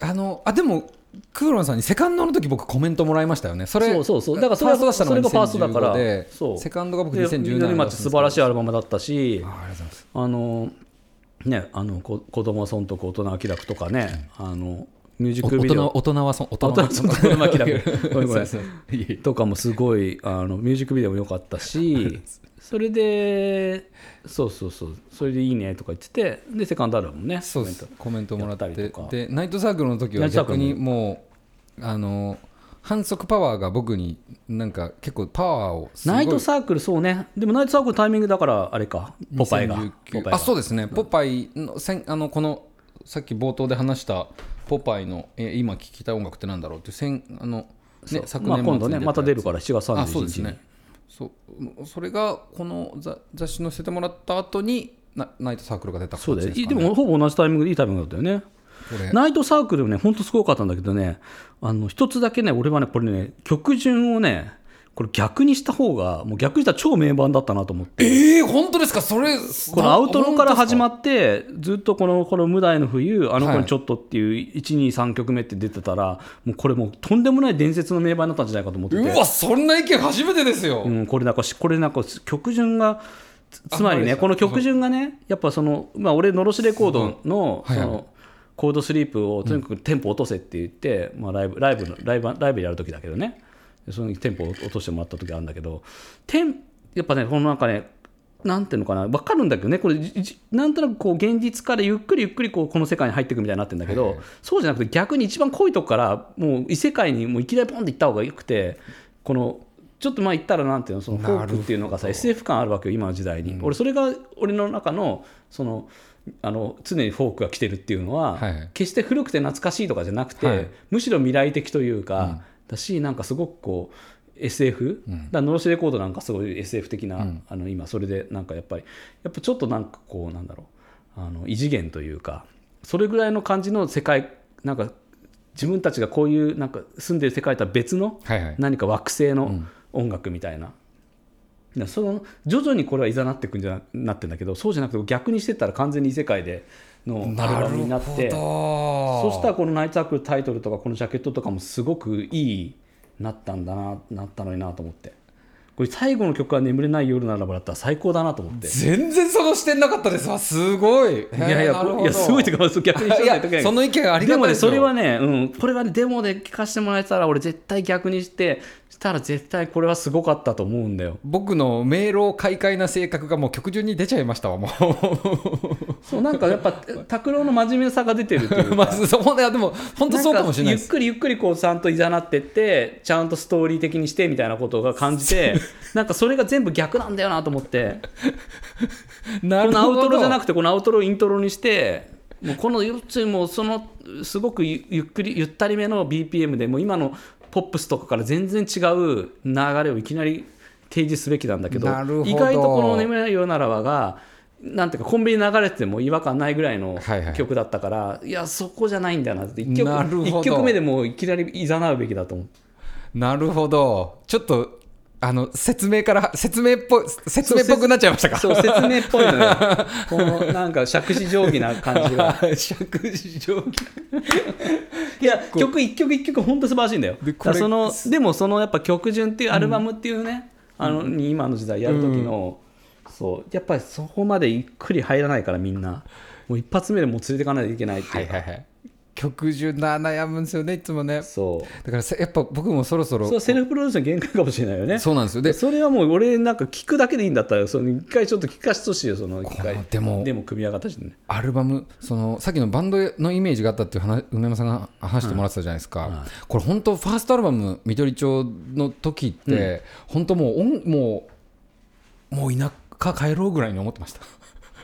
S1: あのあでもクーロンさんにセカンドの時僕コメントもらいましたよねそれ
S2: そうそうそうだからそれ
S1: ファースト出したの
S2: そ
S1: が
S2: れがファーストだから
S1: 2015で
S2: そう
S1: セカンドが僕
S2: で
S1: 2017
S2: 緑
S1: 年
S2: 町素晴らしい
S1: い
S2: アルバムだったし
S1: あありがとうございます
S2: あのねあのこ子供は損得大人は気楽とかねあのミュージッ
S1: お
S2: クビ
S1: 大
S2: デ
S1: 人は
S2: オ
S1: 大人はそ大人
S2: 大人は損得大人は 気楽ごめんごめん
S1: そうそういえいえ
S2: とかもすごいあのミュージックビデオも良かった しそれでそうそうそうそれでいいねとか言っててでセカンドアルバムね
S1: そうですコメントもらっ
S2: やったり
S1: て
S2: とか
S1: でナイトサークルの時は逆にもうあの反則パワーが僕になんか結構パワーをすごい
S2: ナイトサークルそうねでもナイトサークルタイミングだからあれかポパイがポ
S1: 2019
S2: パイが
S1: あそうですねポパイのせんあのこのさっき冒頭で話したポパイのえ今聴きたい音楽ってなんだろうってせんあの、ね、昨
S2: ま
S1: 年末に
S2: あ、今度ね
S1: 出
S2: また出
S1: やつ
S2: るから7月31日に
S1: あそうですねそうそれがこの雑雑誌載せてもらった後になナイトサークルが出た
S2: そう
S1: 形
S2: だよ
S1: です
S2: で
S1: か、ね、
S2: もほぼ同じタイミングでいいタイミングだったよね
S1: これ
S2: ナイトサークルもね、本当すごかったんだけどね、あの一つだけね、俺はね、これね、曲順をね、これ逆にした方が、もう逆にしたら超名盤だったなと思って、
S1: ええ本当ですかそれ
S2: このアウトローから始ま
S1: っ
S2: って、ずっとこのこの無題の冬、あの子
S1: は
S2: に
S1: い
S2: ちょっとっていう、1、2、3曲目って出てたら、もうこれもうとんでもない伝説の名盤になったんじゃないかと思ってて、
S1: うわそんな意見初めてですよ、
S2: うん、これなんかし、これなんか曲順が、つつまりね、
S1: あ
S2: この曲順がね、やっぱその、まあ、俺、のろしレコードの、
S1: すごいはいはい
S2: その、コードスリープをとにかくテンポ落とせって言って、まあ、ライブ、ライブの、ライブ、ライブやる時だけどね、その時テンポを落としてもらった時あるんだけど、テン、やっぱね、このなんかね、なんていうのかな、わかるんだけどね、これ、じじなんとなくこう、現実からゆっくりゆっくりこう、この世界に入っていくみたいになってるんだけど、そうじゃなくて逆に一番濃いとこから、もう異世界にもういきなりポンって行った方がよくて、この、ちょっとまあ言ったらなんていうのそのフォークっていうのがさ SF 感あるわけよ今の時代に、俺それが俺の中のそのあの常にフォークが来てるっていうのは、
S1: はい
S2: 決して古くて懐かしいとかじゃなくて、
S1: はい
S2: むしろ未来的というか、だしなんかすごくこう SF、だからのろしレコードなんかすごい SF 的な、あの今それでなんかやっぱりやっぱちょっとなんかこうなんだろうあの異次元というかそれぐらいの感じの世界なんか自分たちがこういうなんか住んでる世界とは別の
S1: はいはい
S2: 何か惑星の音楽みたいな、だからその徐々にこれはいざなっていくんじゃななってんだけどそうじゃなくて逆にしてったら完全に異世界でのアルバムになってそ
S1: そ
S2: したらこの「ナイトサークル」タイトルとかこのジャケットとかもすごくいいなったんだななったのになと思ってこれ最後の曲は「眠れない夜ならば」だったら最高だなと思 って。
S1: 全然その視点なかったですわすごいい
S2: いやいや、いやすごいっていうか、そう逆にし
S1: い
S2: とかなきゃいけな
S1: やその意見あり
S2: で
S1: が
S2: も
S1: たい
S2: ね、
S1: ですよ
S2: それはね、うん、これはね、デモで聞かせてもらえたら、俺、絶対逆にして、したら絶対これはすごかったと思うんだよ。
S1: 僕の迷路快快な性格がもう曲順に出ちゃいましたわも
S2: そう、なんかやっぱ、拓郎の真面目さが出てるという
S1: う
S2: か
S1: まずそこででも本当そうかもしれな
S2: ん
S1: いで
S2: かゆっ
S1: す
S2: くりゆっくりこうちゃんといざなってってちゃんとストーリー的にしてみたいなことが感じてなんかそれが全部逆なんだよなと思って
S1: な
S2: このアウトロじゃな
S1: く
S2: くてこのアウトロをイントロにしてもうこの要するにもうそのすごくゆゆっくりゆったりめの BPM でもう今のポップスとかから全然違う流れをいきなり提示すべきなんだけど
S1: なるほど
S2: 意外とこの「眠れない夜ならば」がなんていうかコンビニ流れてても違和感ないぐらいの
S1: はいはい
S2: 曲だったから、いやそこじゃないんだよなって1曲
S1: なるほど
S2: 一曲目でもういきなりいざなうべきだと思う。
S1: なるほどちょっとあの説明から説明っぽい説明っぽくなっちゃいましたか
S2: そう説明っぽいのよ このなんか尺子定規な感じが
S1: 尺 子定規
S2: いや曲一曲一曲本当素晴らしいんだよで
S1: でこれ
S2: そのでもそのやっぱ曲順っていうアルバムっていうね、あのに今の時代やる時の、そうやっぱりそこまでゆっくり入らないからみんなもう一発目でもう連れていかないといけないって
S1: はいいう
S2: か、
S1: はいはい曲順な悩むんですよねいつもね
S2: そう
S1: だからせやっぱ僕もそろそろ
S2: それはセルフプロデュースの限界かもしれないよね
S1: そうなんですよで
S2: それはもう俺なんか聞くだけでいいんだったらその一回ちょっと聞かせてほしいよその一
S1: こ
S2: 回
S1: のでも
S2: でも組み上がったしね
S1: アルバムそのさっきのバンドのイメージがあったっていう話梅山さんが話してもらってたじゃないですか、これ本当ファーストアルバム「緑町」の時って、本当もう音もうもう田舎帰ろうぐらいに思ってました、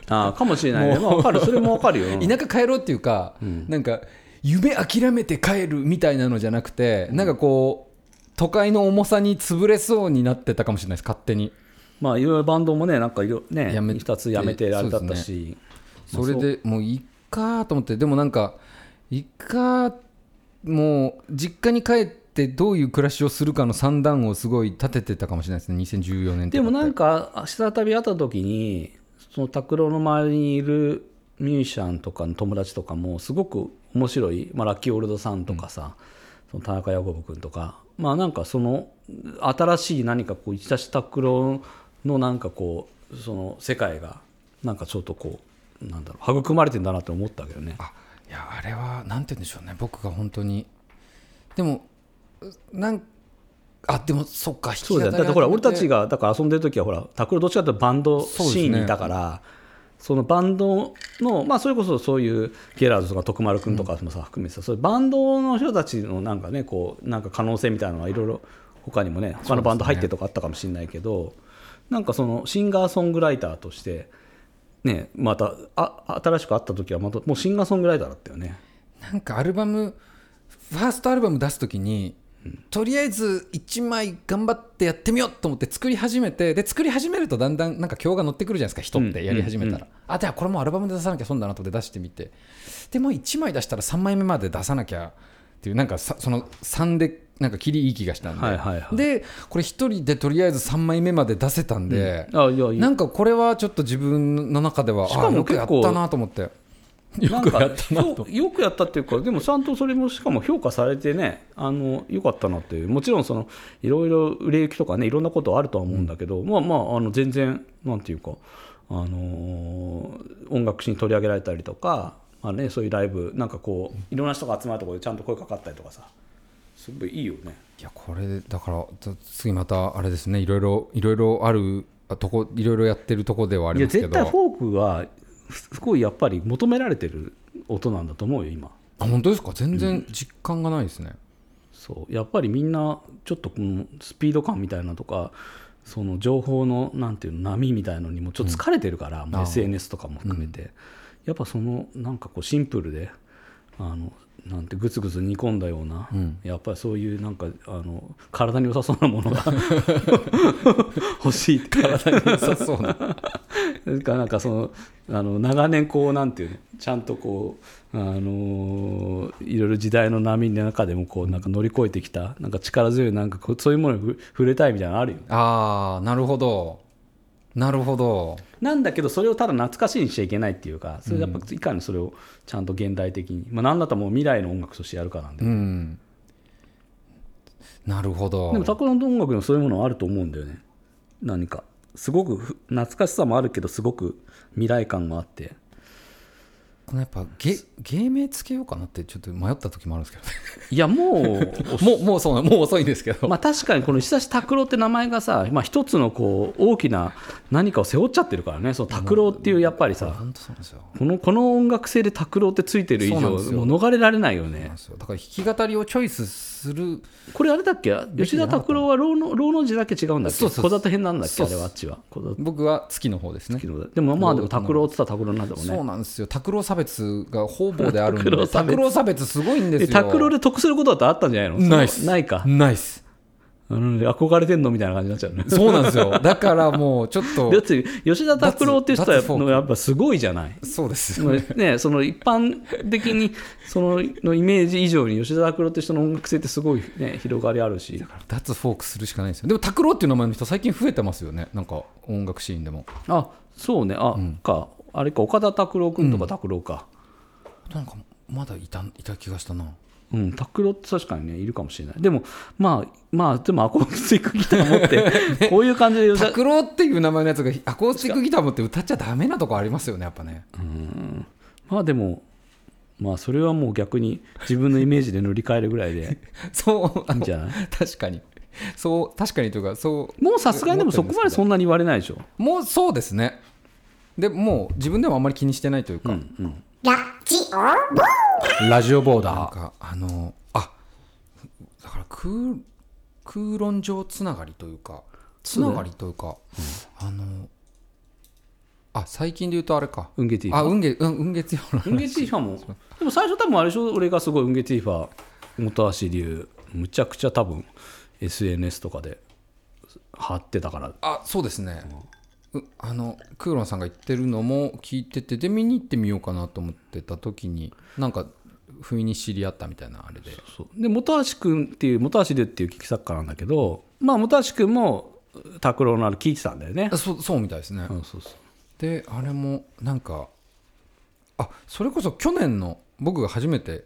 S2: ああかもしれないね、まあ、分かるそれも分か るよ
S1: 田舎帰ろうっていうか、なんか夢諦めて帰るみたいなのじゃなくて、なんかこう都会の重さに潰れそうになってたかもしれないです勝手に
S2: まあいろいろバンドもねなんかいろね
S1: やめ
S2: 2つやめてあれだったし、
S1: それでもういっかーと思ってでもなんかいっかーもう実家に帰ってどういう暮らしをするかの算段をすごい立ててたかもしれないですね2014年とかって
S2: でもなんか再び会った時にその拓郎の周りにいるミュージシャンとかの友達とかもすごく面白い、まあ、ラッキーオールドさんとかさ、その田中弥五君とかまあなんかその新しい何かこう一田し拓郎のなんかこうその世界がなんかちょっとこうなんだろう育まれてんだなって思ったけどね。
S1: あいやあれはなんて言うんでしょうね僕が本当にでもうなんあでもそっか引き
S2: そうだよ
S1: 語
S2: だ
S1: り
S2: ってほら俺たち
S1: が
S2: がだから遊んでる時はほら拓郎どっちかというとバンドシーンにいたからそ,、のバンドのまあそれこそそういうゲラードとか徳丸君とかもさ、含めてさそういうバンドの人たちのなんかねこうなんか可能性みたいなのはいろいろ他にもね他のバンド入ってとかあったかもしれないけど、なんかそのシンガーソングライターとしてねまたあ新しく会った時はまたもうシンガーソングライターだったよね。
S1: なんかアルバムファーストアルバム出す時に、とりあえず1枚頑張ってやってみようと思って作り始めてで作り始めるとだんだんなんか今日が乗ってくるじゃないですか人ってやり始めたら、あではこれもアルバムで出さなきゃ損だなと思って出してみてでも1枚出したら3枚目まで出さなきゃっていうなんかさその3でなんか切りいい気がしたんで、
S2: はいはいはい
S1: でこれ1人でとりあえず3枚目まで出せたんで、
S2: あいやいや
S1: なんかこれはちょっと自分の中では
S2: しかも
S1: あよくやっ
S2: 結構
S1: たなと思って。
S2: よくやったなとよくやったっていうかでもちゃんとそれもしかも評価されてねあのよかったなっていうもちろんそのいろいろ売れ行きとかねいろんなことあるとは思うんだけど、まあまああの全然なんていうか、あのー音楽誌に取り上げられたりとか、まあね、そういうライブなんかこういろんな人が集まるところでちゃんと声かかったりとかさすごいいいよね。
S1: いやこれだからだ次またあれですねいろいろいろいろあるあとこいろいろやってるとこではあ
S2: い
S1: り
S2: や
S1: ますけ
S2: 絶
S1: ど
S2: 対フォークはすごいやっぱり求められてる音なんだと思うよ今。
S1: あ本当ですか全然実感がないですね、
S2: そうやっぱりみんなちょっとこのスピード感みたいなとかその情報のなんていうの波みたいのにもちょっと疲れてるから、もう SNS とかも含めて、やっぱそのなんかこうシンプルであのなんてぐつぐつ煮込んだような、やっぱりそういうなんかあの体に良さそうなものが 欲しいって
S1: 良さ そうな
S2: なんかなんかそのあの長年こうなんていうのちゃんとこう、あのーいろいろ時代の波の中でもこうなんか乗り越えてきたなんか力強いなんかこうそういうものにふ触れたいみたいなのあるよね
S1: ああなるほどなるほど
S2: なんだけどそれをただ懐かしいにしちゃいけないっていうかそれやっぱいかにそれをちゃんと現代的に、まあ、なんだったらもう未来の音楽としてやるかなんで、
S1: うんなるほど
S2: でも拓郎の音楽にもそういうものはあると思うんだよね何かすごくふ懐かしさもあるけどすごく未来感もあって
S1: このやっぱゲ芸名つけようかなってちょっと迷った時もあるんですけ
S2: いやもう
S1: どねもうもうそうなもう遅いんですけど、
S2: まあ確かにこの久し拓郎って名前がさ、まあ、一つのこう大きな何かを背負っちゃってるからねその拓郎っていうやっぱりさ
S1: 本当そうなんですよそう
S2: このこの音楽性で拓郎ってついてる以上も
S1: そうなん
S2: う
S1: ですよ
S2: 逃れられないよ
S1: なん
S2: ね
S1: ですよだから弾き語りをチョイスする
S2: これあれだっけ吉田拓郎は老の老の字だけ違うんだっけ
S1: そうそうそう
S2: 小里編なんだっけ
S1: そう
S2: あ
S1: そ
S2: れ
S1: う
S2: はあっちは小里
S1: 僕は月の方ですね
S2: でもまあでも拓郎って言ったら拓郎なんだもんね
S1: そうなんですよ拓郎差別が方々であるん
S2: 拓郎
S1: で
S2: 差別
S1: 拓郎差別すごいんです
S2: え
S1: よ
S2: 拓郎で得することだってあったんじゃないの
S1: ないっす
S2: ないか。
S1: ないっす
S2: うん憧れてんのみたいな感じになっちゃうね。
S1: そうなんで すよだからもうちょっと
S2: だって、吉田拓郎って人はやっぱ
S1: 脱脱フォーク
S2: やっぱすごいじゃない。
S1: そうです
S2: まあね、その一般的にそののイメージ以上に吉田拓郎って人の音楽性ってすごい、ね、広がりあるし
S1: 脱フォークするしかないんですよでも拓郎っていう名前の人最近増えてますよねなんか音楽シーンでも
S2: あそうねあ、かあれか岡田拓郎君とか拓郎か
S1: なんかまだいたいた気がしたな
S2: うん拓郎って確かにねいるかもしれないでもまあまあでもアコースティックギター持って、 こういう感じで吉田
S1: 拓郎っていう名前のやつがアコースティックギター持って歌っちゃダメなとこありますよねやっぱね
S2: まあでもまあそれはもう逆に自分のイメージで塗り替えるぐらいで
S1: そう
S2: い
S1: あ
S2: いん
S1: の
S2: じ ゃない
S1: 確かにそう確かにというかそう
S2: もうさすがにでもそこまでそんなに言われないでしょ
S1: もうそうですねでもう自分でもあんまり気にしてないというか、
S2: ラジオボー
S1: なんかあのあだから空空論上つながりというかつながりというか、あのあ最近で言うとあれか
S2: ウンゲティー
S1: あ
S2: ファ
S1: うんげうんうんげつよ
S2: ウンゲティーファもでも最初多分あれでしょ俺がすごいウンゲティーファ元橋流むちゃくちゃ多分 SNS とかで貼ってたから
S1: あそうですね、うあのクーロンさんが言ってるのも聞いててで見に行ってみようかなと思ってた時になんか不意に知り合ったみたいなあれで
S2: そうで本橋君っていう本橋流っていう劇作家なんだけどまあ本橋君も拓郎のあれ聞いてたんだよね
S1: あそうそうみたいですね、
S2: うんそうそう
S1: であれもなんかあそれこそ去年の僕が初めて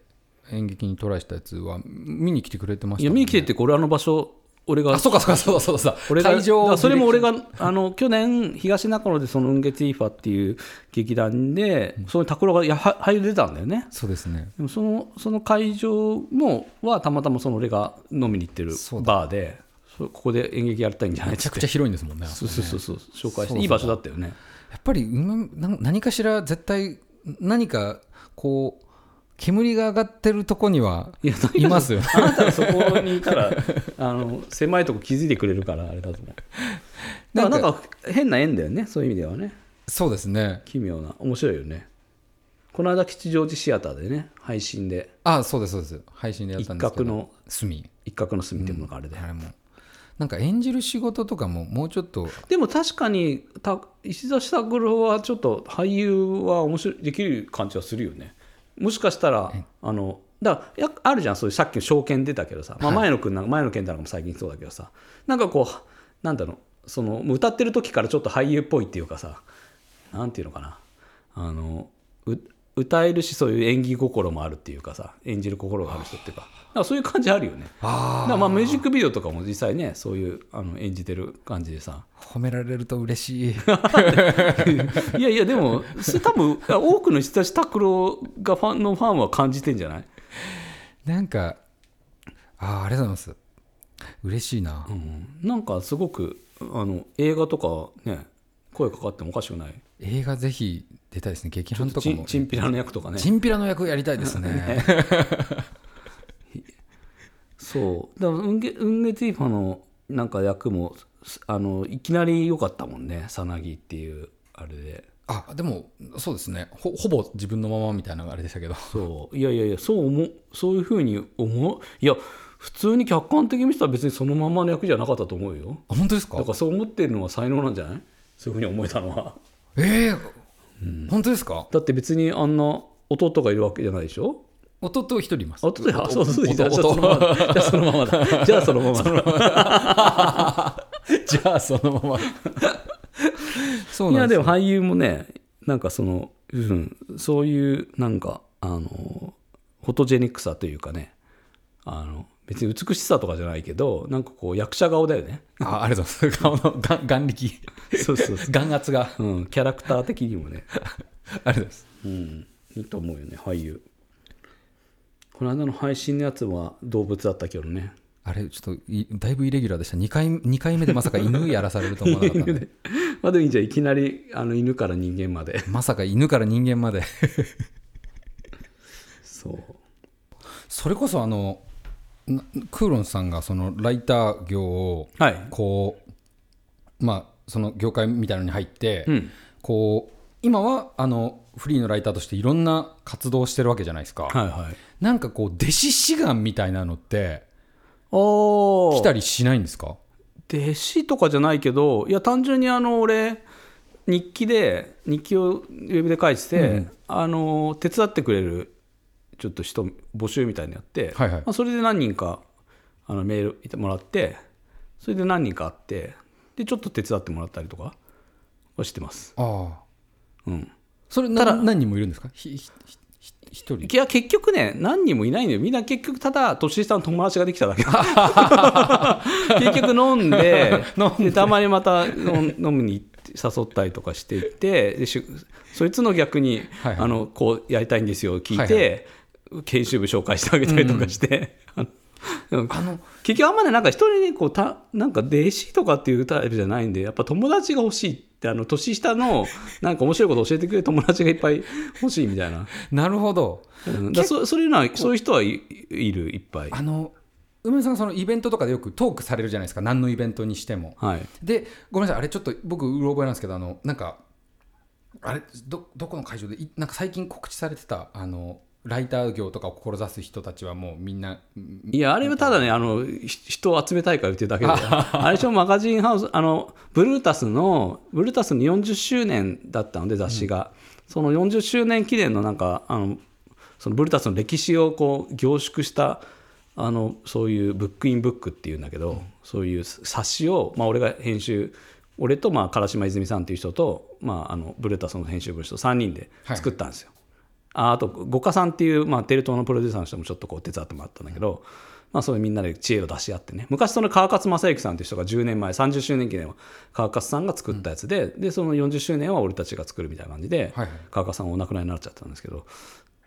S1: 演劇にトライしたやつは見に来てくれてまし
S2: い
S1: た
S2: や
S1: もん
S2: 見
S1: ね
S2: に来てってこれあの場所俺が
S1: あそうかそうかそうだそうだそうだ
S2: 俺が
S1: 会場
S2: だからそれも俺
S1: が
S2: があの去年東中野でそのウンゲティーファっていう劇団で、その拓郎がやは入れてたんだよね
S1: そうですね
S2: でもそのその会場もはたまたまその俺が飲みに行ってる
S1: そう
S2: バーでそここで演劇やりたいんじゃない
S1: め
S2: っ
S1: ち
S2: つ
S1: ゃ
S2: っ
S1: くちゃ
S2: て
S1: 広いんですもんね
S2: そうそうそうそう紹介し
S1: そう
S2: て
S1: だ
S2: いい場所だったよね
S1: やっぱりうんなん何かしら絶対何かこう煙が上がってるとこにはい
S2: や何かしら
S1: ますよね
S2: あなたがそこにいたら あの狭いとこ気づいてくれるからあれだと思うだからなんか変な縁だよねそういう意味ではね
S1: そうですね
S2: 奇妙な面白いよねこの間吉祥寺シアターでね配信で
S1: あそうですそうです配信でやったんですけど
S2: 一角の
S1: 隅
S2: 一角の隅っていうものがあれで、
S1: あれもなんか演じる仕事とかももうちょっと
S2: でも確かにた石田拓郎はちょっと俳優は面白いできる感じはするよねもしかしたらあのだからやあるじゃんそういうさっきの証券出たけどさ、まあ、前野君なんか前野健太なんかも最近そうだけどさなんかこうなんだろうその歌ってる時からちょっと俳優っぽいっていうかさなんていうのかなあのう歌えるしそういう演技心もあるっていうかさ演じる心がある人っていうかだからそういう感じあるよねだからまあミュージックビデオとかも実際ねそういうあの演じてる感じでさ
S1: 褒められると嬉 しい
S2: いやいやでもそれ多分多くの人たち拓郎がファンのファンは感じてんじゃない、
S1: なんかあーありがとうございます嬉しいな、
S2: うん、なんかすごくあの映画とかね声かかってもおかしくない
S1: 映画ぜひ出たいですね劇伴とか
S2: チン
S1: も
S2: チンピラの役とかね
S1: チンピラの役やりたいです ね
S2: そうだからウンゲウンゲティーファのなんか役もすあのいきなり良かったもんねさなぎっていうあれで
S1: あでもそうですねほほぼ自分のままみたいなあれで したけど
S2: そういやいやいやそう思うそういうふうに思ういや普通に客観的に見てたら別にそのままの役じゃなかったと思うよ
S1: あ本当ですか
S2: だからそう思ってるのは才能なんじゃないそういうふうに思えたのは。
S1: ええ本当ですか
S2: だって別にあんな弟がいるわけじゃないでしょ
S1: 弟一人います
S2: あ弟あそうそう
S1: 弟
S2: じゃあじゃあそのままだじゃあそのままだじゃあそのままだ
S1: じゃあ そのままそう
S2: い
S1: な
S2: や
S1: んです
S2: で
S1: よ
S2: も俳優もねなんかその、うん、そういうなんかあのフォトジェニックさというかねあの別に美しさとかじゃないけどなんかこう役者顔だよね
S1: あありがとうございます顔の眼 眼力
S2: そうそうそ
S1: 眼圧が
S2: う、 うん、キャラクター的にもね
S1: ありがとうございます
S2: うんいいと思うよね俳優この間の配信のやつは動物だったけどね
S1: あれちょっといだいぶイレギュラーでした2回二回目でまさか犬やらされると思わなかったんで
S2: まあでもいいじゃんいきなりあの犬から人間まで
S1: まさか犬から人間まで
S2: そう
S1: それこそあのなクーロンさんがそのライター業を
S2: はい
S1: こうまあその業界みたいなのに入って、
S2: うん
S1: こう今はあのフリーのライターとしていろんな活動をしてるわけじゃないですか、
S2: はいはい
S1: なんかこう弟子志願みたいなのって
S2: お
S1: 来たりしないんですか
S2: 弟子とかじゃないけどいや単純にあの俺日記で日記をウェブで書いてて、
S1: うん
S2: あの手伝ってくれるちょっと人募集みたいにやって、
S1: はいはい
S2: まあ、それで何人かあのメールもらってそれで何人か会ってでちょっと手伝ってもらったりとかはしてます、
S1: ああ
S2: うん、
S1: それな何人もいるんですかひひひひ一人
S2: いや結局ね何人もいないのよみんな結局ただ年下の友達ができた だけ結局飲んででたまにまた飲飲みに行って誘ったりとかしていってでしそいつの逆に、
S1: はいはい
S2: あのこうやりたいんですよ聞いて、
S1: はい
S2: 研修部紹介してあげたりとかして、あの
S1: あの
S2: 結局あんまねなんか一人にこうたなんか弟子とかっていうタイプじゃないんでやっぱ友達が欲しいってあの年下のなんか面白いこと教えてくれる友達がいっぱい欲しいみたいな。
S1: なるほど
S2: うんだそそういうのはそういう人はいいるいっぱい
S1: あの梅さんがそのイベントとかでよくトークされるじゃないですか何のイベントにしても
S2: はい
S1: でごめんなさいあれちょっと僕うろ覚えなんですけどあのなんかあれどどこの会場でいなんか最近告知されてたあのライター業とかを志す人たちはもうみんなうん
S2: いやあれはただねあのひ人を集めたいから言ってる だけであれしょマガジンハウスあのブルータスのブルータスの40周年だったので雑誌が、その40周年記念のなんかあのそのブルータスの歴史をこう凝縮したあのそういうブックインブックっていうんだけど、そういう冊子を、まあ、俺が編集俺とまあ唐島泉さんっていう人と、まあ、あのブルータスの編集部の人3人で作ったんですよ。ああと五花さんっていう、まあ、テレ東のプロデューサーの人もちょっとこう手伝ってもらったんだけど、まあ、そういうみんなで知恵を出し合ってね昔その川勝正之さんっていう人が10年前30周年記念を川勝さんが作ったやつで,、でその40周年は俺たちが作るみたいな感じで、
S1: はいはい
S2: 川勝さんお亡くなりになっちゃったんですけど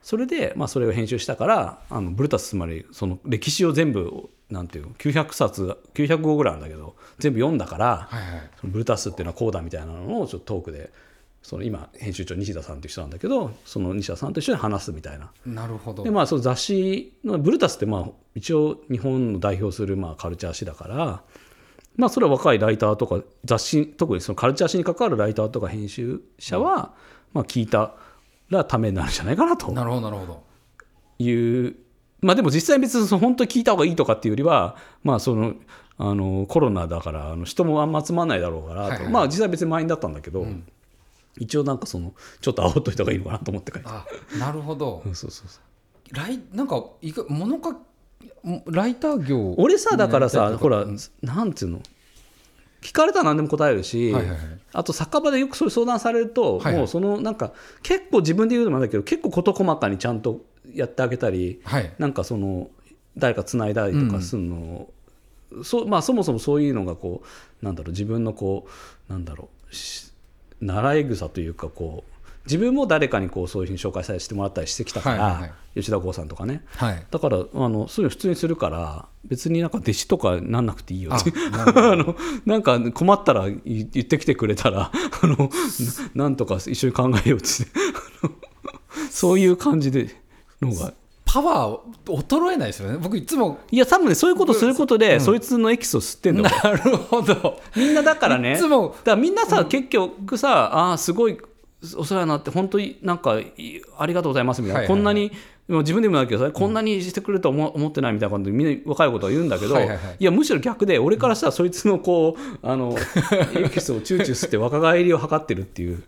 S2: それで、まあ、それを編集したからあのブルタスつまりその歴史を全部なんていうの900冊900号ぐらいあるんだけど全部読んだから。
S1: はいはい
S2: そのブルタスっていうのはこうだみたいなのをちょっとトークでその今編集長西田さんっていう人なんだけどその西田さんと一緒に話すみたいな
S1: なるほど
S2: でまあその雑誌のブルタスってまあ一応日本の代表するまあカルチャー誌だからまあそれは若いライターとか雑誌特にそのカルチャー誌に関わるライターとか編集者はまあ聞いたらためになるんじゃないかなと
S1: なるほどなるほど
S2: いう、まあ、でも実際別にその本当に聞いた方がいいとかっていうよりは、まあ、そのあのコロナだからあの人もあんま集まんないだろうから、
S1: はいはい
S2: とまあ、実際別に満員だったんだけど、一応なんかそのちょっと煽っといた方がいいのかなと思って書いて
S1: あなるほど
S2: うんそうそうそう
S1: ライなんかいか物かライター業
S2: 俺さだから
S1: やりた
S2: さ
S1: いと
S2: ほら、なんていうの聞かれたら何でも答えるし、
S1: はいはいはい
S2: あと酒場でよくそれ相談されると、
S1: はいはい
S2: もうそのなんか結構自分で言うのもなんだけど結構事細かにちゃんとやってあげたり、
S1: はい
S2: なんかその誰か繋いだりとかするのを、そまあ、そもそもそういうのがこうなんだろう自分のこうなんだろうし習い草というかこう自分も誰かにこうそういうふうに紹介さしてもらったりしてきたから、
S1: はいはいはい
S2: 吉田剛さんとかね
S1: はい
S2: だからあのそういうの普通にするから別になんか弟子とかなんなくていいよ
S1: あ
S2: って
S1: な
S2: あのなんか困ったらい言ってきてくれたら あのななんとか一緒に考えようって あのそういう感じでのが
S1: パワー衰えないですよね僕いつも
S2: いや多分ねそういうことすることで、そいつのエキスを吸ってんだよ
S1: なるほど
S2: みんなだからね
S1: いつも
S2: だからみんなさ、結局さああーすごいお世話になって本当になんかいありがとうございますみたいな、
S1: はいはいはい
S2: こんなにもう自分でもだけどさこんなにしてくれるとは思思ってないみたいな感じでみんな若いことは言うんだけど、
S1: はいいはいはい
S2: やむしろ逆で俺からしたらそいつのこうあ のエキスをチューチュー吸って若返りを図ってるっていう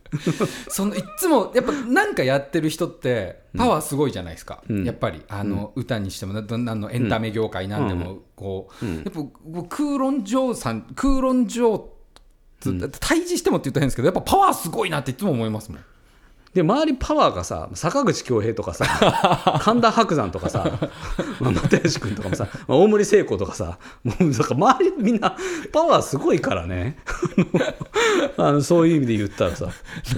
S1: そのいっつもやっぱなんかやってる人ってパワーすごいじゃないですか、
S2: うん
S1: やっぱりあの、歌にしてもなどんなのエンタメ業界なんでもこう、やっぱ僕空論上さん空論上対峙してもって言ったら変ですけどやっぱパワーすごいなっていつも思いますもん
S2: で周りパワーがさ坂口恭平と かさ神田伯山とかさ、まあ、又吉君とかもさ、まあ大森聖子とかさもうなんか周りみんなパワーすごいからね あのそういう意味で言ったらさ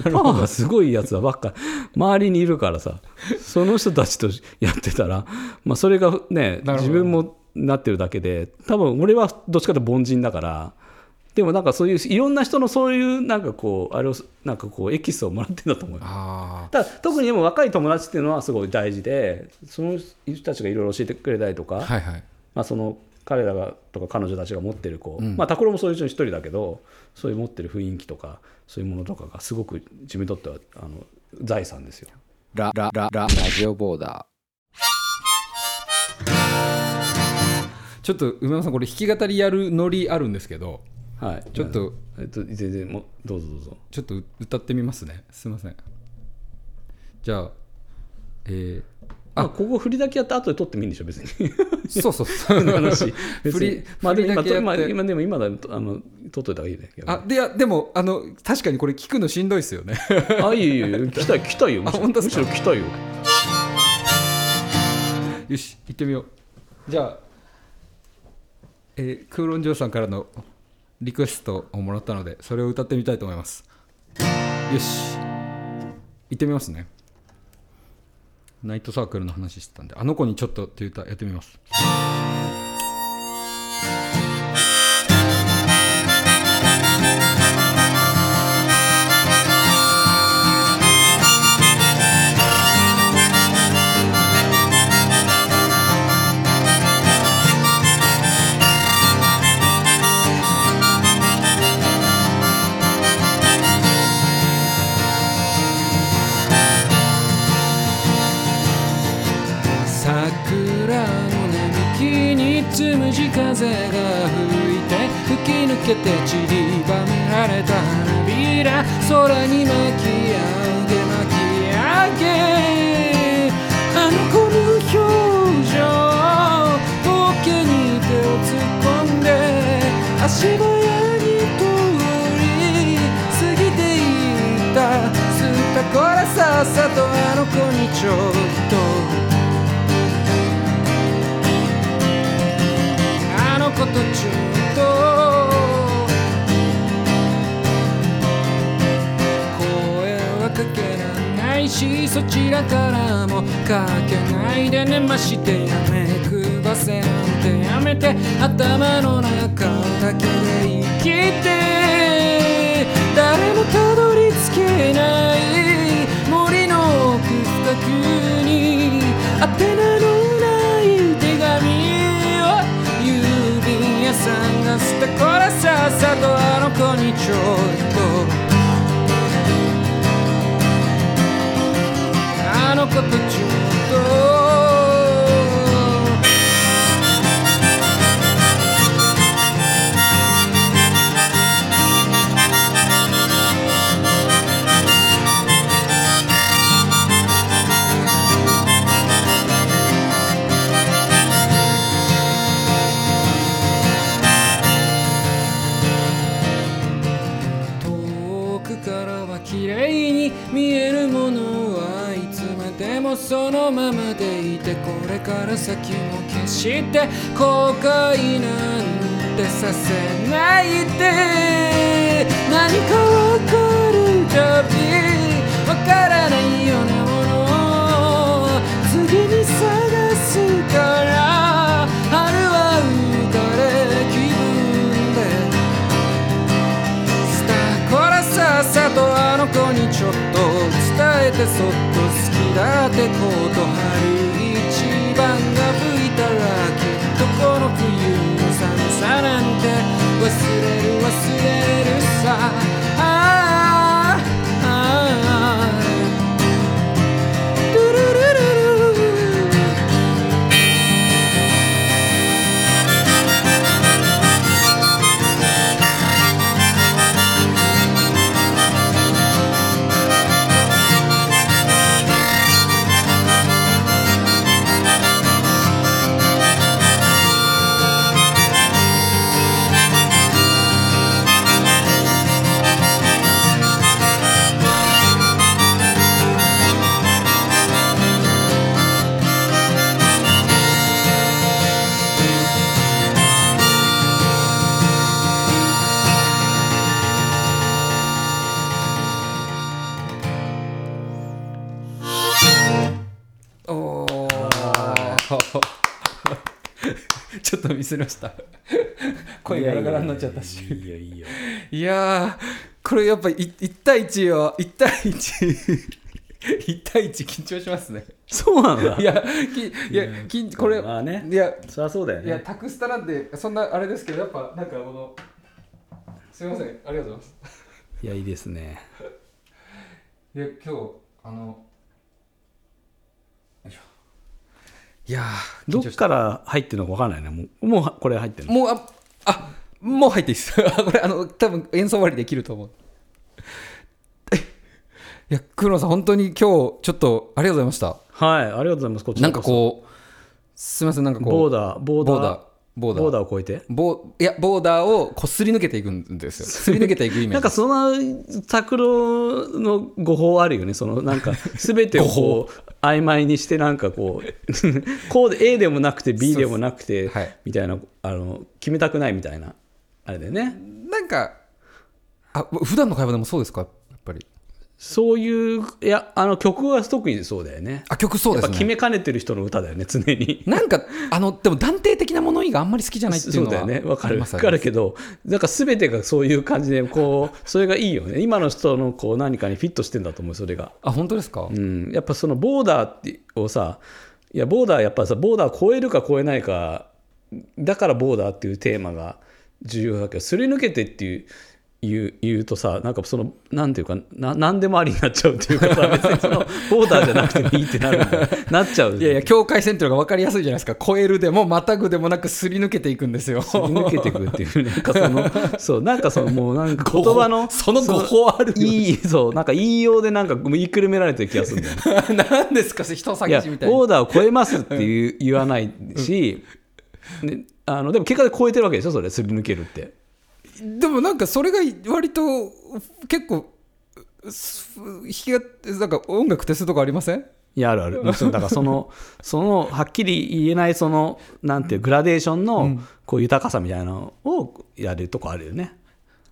S2: パワーがすごいやつらばっか周りにいるからさその人たちとやってたら、まあ、それがね
S1: なるほ
S2: 自
S1: ど
S2: 分もなってるだけで多分俺はどっちかというと凡人だから。でもなんかそういういろんな人のそういうなんかこうあれをなんかこうエキスをもらってんだと思うよ
S1: あ
S2: ただ特にでも若い友達っていうのはすごい大事でその人たちがいろいろ教えてくれたりとか、
S1: あはいはい
S2: まあ、その彼らがとか彼女たちが持ってるこう、
S1: うん
S2: まあ拓郎もそういう人の一人だけどそういう持ってる雰囲気とかそういうものとかがすごく自分にとってはあの財産ですよ。
S3: ラララララジオボーダ
S1: ちょっと梅山さんこれ弾き語りやるノリあるんですけど
S2: はい、
S1: ちょっと、
S2: えっと、全然もうどうぞどうぞ。
S1: ちょっと歌ってみますねすいませんじゃあえ
S2: あここ振りだけやって後で取ってもいいんでしょ別 に。
S1: ー、そうそうそう
S2: の話
S1: 振り
S2: まあでも今
S1: 振りだけや
S2: 今
S1: って
S2: 今でも今だとあの取っといた方がいいね。
S1: あでいやでもあの確かにこれ聞くのしんどいですよね
S2: あいいよいいよ来たい来たいよ。むしろ
S1: 本当で
S2: むし
S1: すか
S2: ろ来たいよ。
S1: よし行ってみようじゃあ、えー、空論嬢さんからのリクエストをもらったのでそれを歌ってみたいと思いますよし行ってみますねナイトサークルの話してたんで「あの子にちょっと」っていう歌やってみます
S3: 桜の並木につむじ風が吹いて吹き抜けて散りばめられた花びら空に巻き上げ巻き上げあの子の表情ポケに手を突っ込んで足早に通り過ぎていったすったこらさっさとあの子にちょっとあの子とちょっと声はかけられないしそちらからもかけないでねましてやめくばせなんてやめて頭の中だけで生きて誰もたどり着けない森の奥深くに宛てなのない手紙を郵便屋さんが捨てこらさっさとあの子にちょっとあの子とちょっと遠くからは綺麗に見えるものはいつまでもそのままでいてこれから先も決して後悔なんてさせないで何かわかるたびわからないようなものを次に探すから春は浮かれ気分でこらさっさとあの子にちょっと伝えてそっと好きだってこと春一番が吹いたらきっとこの冬の寒さなんて忘れる忘れるさああああルルルルルル
S1: 「ちょっとミスりました声ガラガラになっちゃったし
S2: いいよいいよ
S1: いやーこれやっぱい1対1よ1対11 1対1緊張しますね
S2: そうなんだ
S1: いやきいやきんこれ、
S2: まあね
S1: いや
S2: そりゃそうだよ
S1: いや
S2: ね
S1: タクスタなんでそんなあれですけどやっぱなんかこのすいませんありがとうございます
S2: いやいいですね
S1: いや今日あのよいしょいや
S2: ど
S1: ー
S2: っから入ってるのか分かんないねもうもうはこれ入ってるの
S1: もうああもう入っていいです あこれあの多分演奏終わりできると思ういや黒野さん本当に今日ちょっとありがとうございました
S2: はいありがとうございますこっち
S1: なんかこうすみませんなんかこう
S2: ボーダーボーダー
S1: ボーダーボーダ
S2: ボー
S1: ー
S2: ダーを越えて
S1: ボーいやボーダーをこすり抜けていくんで すよすり抜けていくイメ
S2: な
S1: ー
S2: んか
S1: ジ
S2: その拓郎の誤報あるよねそのなんか全てをこう曖昧にしてなんかこう こうで A でもなくて B でもなくて
S1: はい
S2: みたいなあの決めたくないみたいなあれだよね
S1: なんかあ普段の会話でもそうですかやっぱり
S2: そういういやあの曲は特にそうだよね
S1: あ曲そう
S2: や
S1: で
S2: っぱ
S1: す
S2: 決
S1: ね
S2: めかねてる人の歌だよね常に
S1: なんかあのでも断定的な物言いがあんまり好きじゃないっていう
S2: そう
S1: の
S2: だ
S1: は
S2: よねわか
S1: あり
S2: る
S1: ま
S2: わ
S1: す
S2: かるけどなんか全てがそういう感じでこうそれがいいよね今の人のこう何かにフィットしてんだと思うそれが、
S1: あ本当ですか、
S2: うん、やっぱそのボーダーってをさいやボーダーやっぱさボーダー超えるか超えないかだからボーダーっていうテーマが重要だけどすり抜けてっていう言う言うとさなんかそのなんていうかな何でもありになっちゃうっていうかさ別にそのボーダーじゃなくてもいいってなるんだよなっちゃう
S1: いやいや、境界線というのが分かりやすいじゃないですか、超えるでも、またぐでもなく、すり抜けていくんですよ。
S2: すり抜けていくっていうなんかそのそうなんかそのもうなんか言葉の
S1: その誤報あるよ
S2: いいそうなんか言いようでなんか言いくるめられてる気がするん だよね
S1: 何ですか、人
S2: い
S1: 探
S2: や
S1: しみたいな。
S2: オーダーを超えますっていう言わないし、ね、あのでも結果で超えてるわけでしょそれすり抜けるって
S1: でもなんか、それが割と結構、す弾きがなんか音楽ってするとこありません
S2: いやあるあるもちろんだからそのそのはっきり言えないそのなんていうグラデーションのこう豊かさみたいなのをやるとこあるよね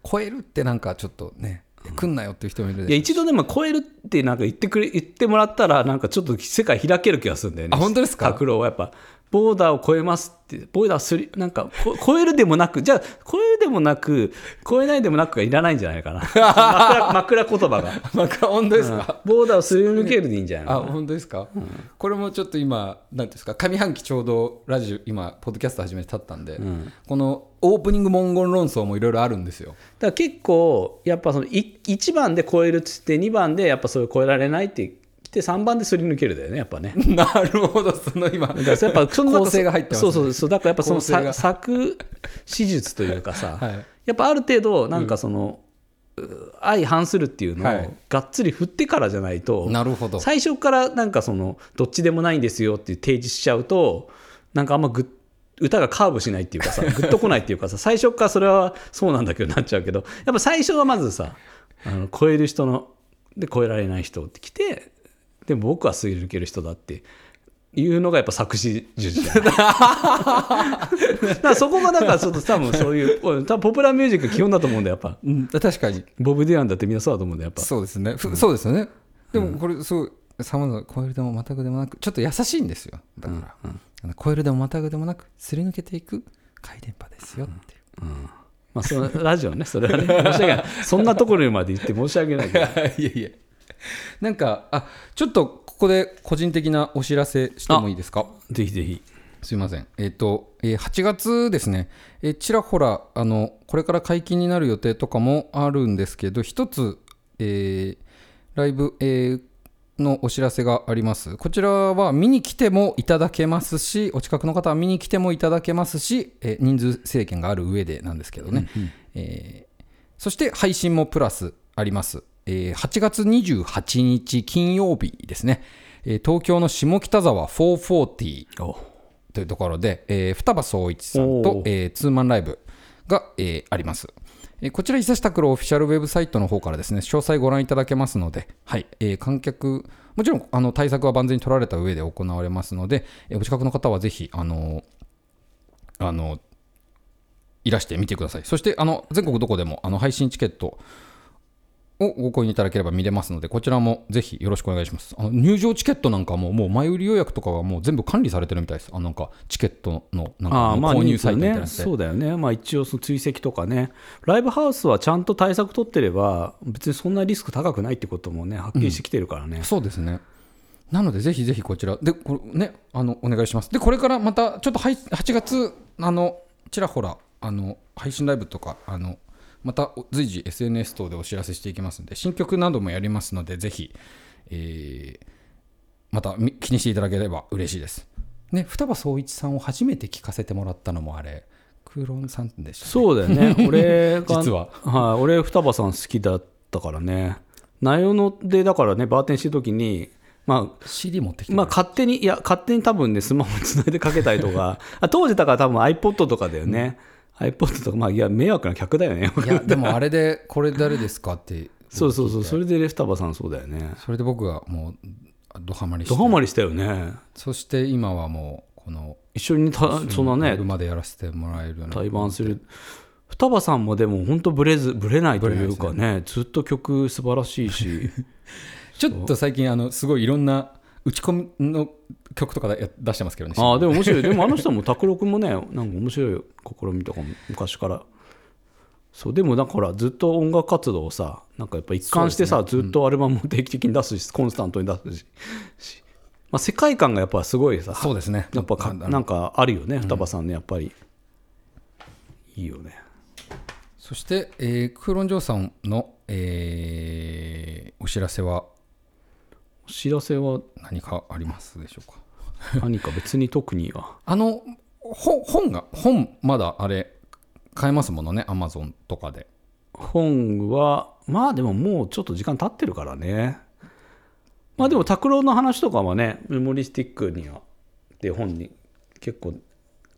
S1: 超えるってなんかちょっとね、来んなよっていう人もいる
S2: いや
S1: で。
S2: 一度でも超えるってなんか言ってくれ言ってもらったらなんかちょっと世界開ける気がするんだよね。
S1: あ本当ですか
S2: 拓郎はやっぱボーダーを超えますってボーダーすりなんかこ超えるでもなくじゃあ超えるでもなく超えないでもなくがいらないんじゃない かな枕枕言葉が、
S1: まあ、本当ですか、
S2: ボーダーをすり抜けるでいいんじゃない
S1: あ
S2: のかな。
S1: 本当ですか、これもちょっと今何ですか上半期ちょうどラジオ今ポッドキャスト始めてたったんで、
S2: ん
S1: このオープニング文言論争もいろいろあるんですよ
S2: だから結構やっぱその1番で超えるっつって2番でやっぱそれを超えられないって来て3番ですり抜けるだよねやっぱね。
S1: なるほど、その今、
S2: だからやっぱ その
S1: 構成が入ってますね
S2: そうそうそうだからやっぱその
S1: 構成が
S2: さ作手術というかさ、
S1: はい
S2: やっぱある程度なんかその、う相反するっていうの
S1: は
S2: を
S1: い
S2: がっつり振ってからじゃないと、
S1: なるほど。
S2: 最初からなんかそのどっちでもないんですよっていう提示しちゃうとなんかあんまぐっ歌がカーブしないって いうかさグッとこないっていうかさ最初からそれはそうなんだけどなっちゃうけどやっぱ最初はまずさあの超える人ので超えられない人って来てでも僕はすり抜ける人だっていうのがやっぱ作詞術じゃない だからそこがなんかちょっと多分そういう多分ポプラミュージック基本だと思うんだよやっぱ
S1: うん、確かに。
S2: ボブ・ディランだってみんなそうだと思うんだよやっぱ
S1: そうですね。ふそうですよね。でも、これ、そう、さまざま、超えるでもまたぐでもなく、ちょっと優しいんですよ。だから、あの超えるでもまたぐでもなく、すり抜けていく回電波ですよっていう。
S2: まあ、そのラジオね、それは ね、申し訳ない。そんなところにまで行って申し訳ないけど。
S1: いやいや。なんか、あちょっとここで個人的なお知らせしてもいいですか
S2: ぜひぜひ。
S1: すいません。えっ、と、えー8月ですね、えーちらほら、あの、これから解禁になる予定とかもあるんですけど、一つ、えーライブ、えーのお知らせがあります。こちらは見に来てもいただけますし、お近くの方は見に来てもいただけますし、えー人数制限がある上でなんですけどね。えーそして配信もプラスあります。えー8月28日金曜日ですね、えー東京の下北沢440
S2: お
S1: というところで、えー双葉総一さん
S2: お
S1: と
S2: ー、
S1: えーツーマンライブが、えーあります。えーこちら、伊佐下拓郎オフィシャルウェブサイトの方からですね、詳細ご覧いただけますので、はい、えー観客、もちろんあの対策は万全に取られた上で行われますので、えーお近くの方はぜひ、あのーあのーいらしてみてください。そして、あの全国どこでもあの配信チケットをご購入いただければ見れますので、こちらもぜひよろしくお願いします。あの入場チケットなんかも、もう前売り予約とかはもう全部管理されてるみたいです。あのなんかチケットのなんか
S2: ああまあ
S1: 購入サイトみたいな
S2: ね、
S1: やつで
S2: そうだよね、まあ、一応、追跡とかね、ライブハウスはちゃんと対策取ってれば、別にそんなリスク高くないってこともね、はっきりしてきてるからね。
S1: そうですね。なので、ぜひぜひこちら、で、これね、あの、お願いします。で、これからまた、ちょっとはい8月、あの、ちらほら、あの、配信ライブとか、あの、またお随時 SNS 等でお知らせしていきますので、新曲などもやりますので、ぜひ、えーまたみ気にしていただければ嬉しいです。ね、双葉総一さんを初めて聴かせてもらったのもあれ、クローンさんでしたね、
S2: そうだよね、 俺が、
S1: 実は。
S2: はい、俺、双葉さん好きだったからね、ナヨノで、だからね、バーテンしてる時に、まあ、
S1: CD 持ってきてくれ
S2: まあ、勝手に、いや、勝手に多分ね、スマホつないでかけたりと か、あ当時だから多分 iPod とかだよね、iPod とか、まあ、いや、迷惑な客だ よね、
S1: いや、でもあれで、これ誰ですかって、
S2: そうそうそう、それで双葉さん、そうだよね。
S1: それで僕がもう、ドハマりして
S2: ドハマりしたよね。
S1: そして今はもうこの
S2: 一緒にたそんなね
S1: 車でやらせてもらえるような
S2: 対バンする双葉さんもでも本当ブレずブレないというかねずっと曲素晴らしいし
S1: ちょっと最近あのすごいいろんな打ち込みの曲とかや出してますけどね
S2: ああでも面白いでもあの人も拓郎君もねなんか面白い試みとかも昔からそうでもだからずっと音楽活動をさなんかやっぱ一貫してさ、ずっとアルバムも定期的に出すしコンスタントに出すし、しまあ、世界観がやっぱすごいさ
S1: そうですね
S2: やっぱか
S1: あの
S2: なんかあるよね双葉さんねやっぱり、いいよね
S1: そして、えー、クーロンジョーさんの、えーお知らせは
S2: お知らせは
S1: 何かありますでしょうか
S2: 何か別に特には
S1: あのほ本が本まだあれ買えますものねアマゾンとかで
S2: 本はまあでももうちょっと時間経ってるからねまあでも拓郎の話とかはねメモリスティックにはっていう本に結構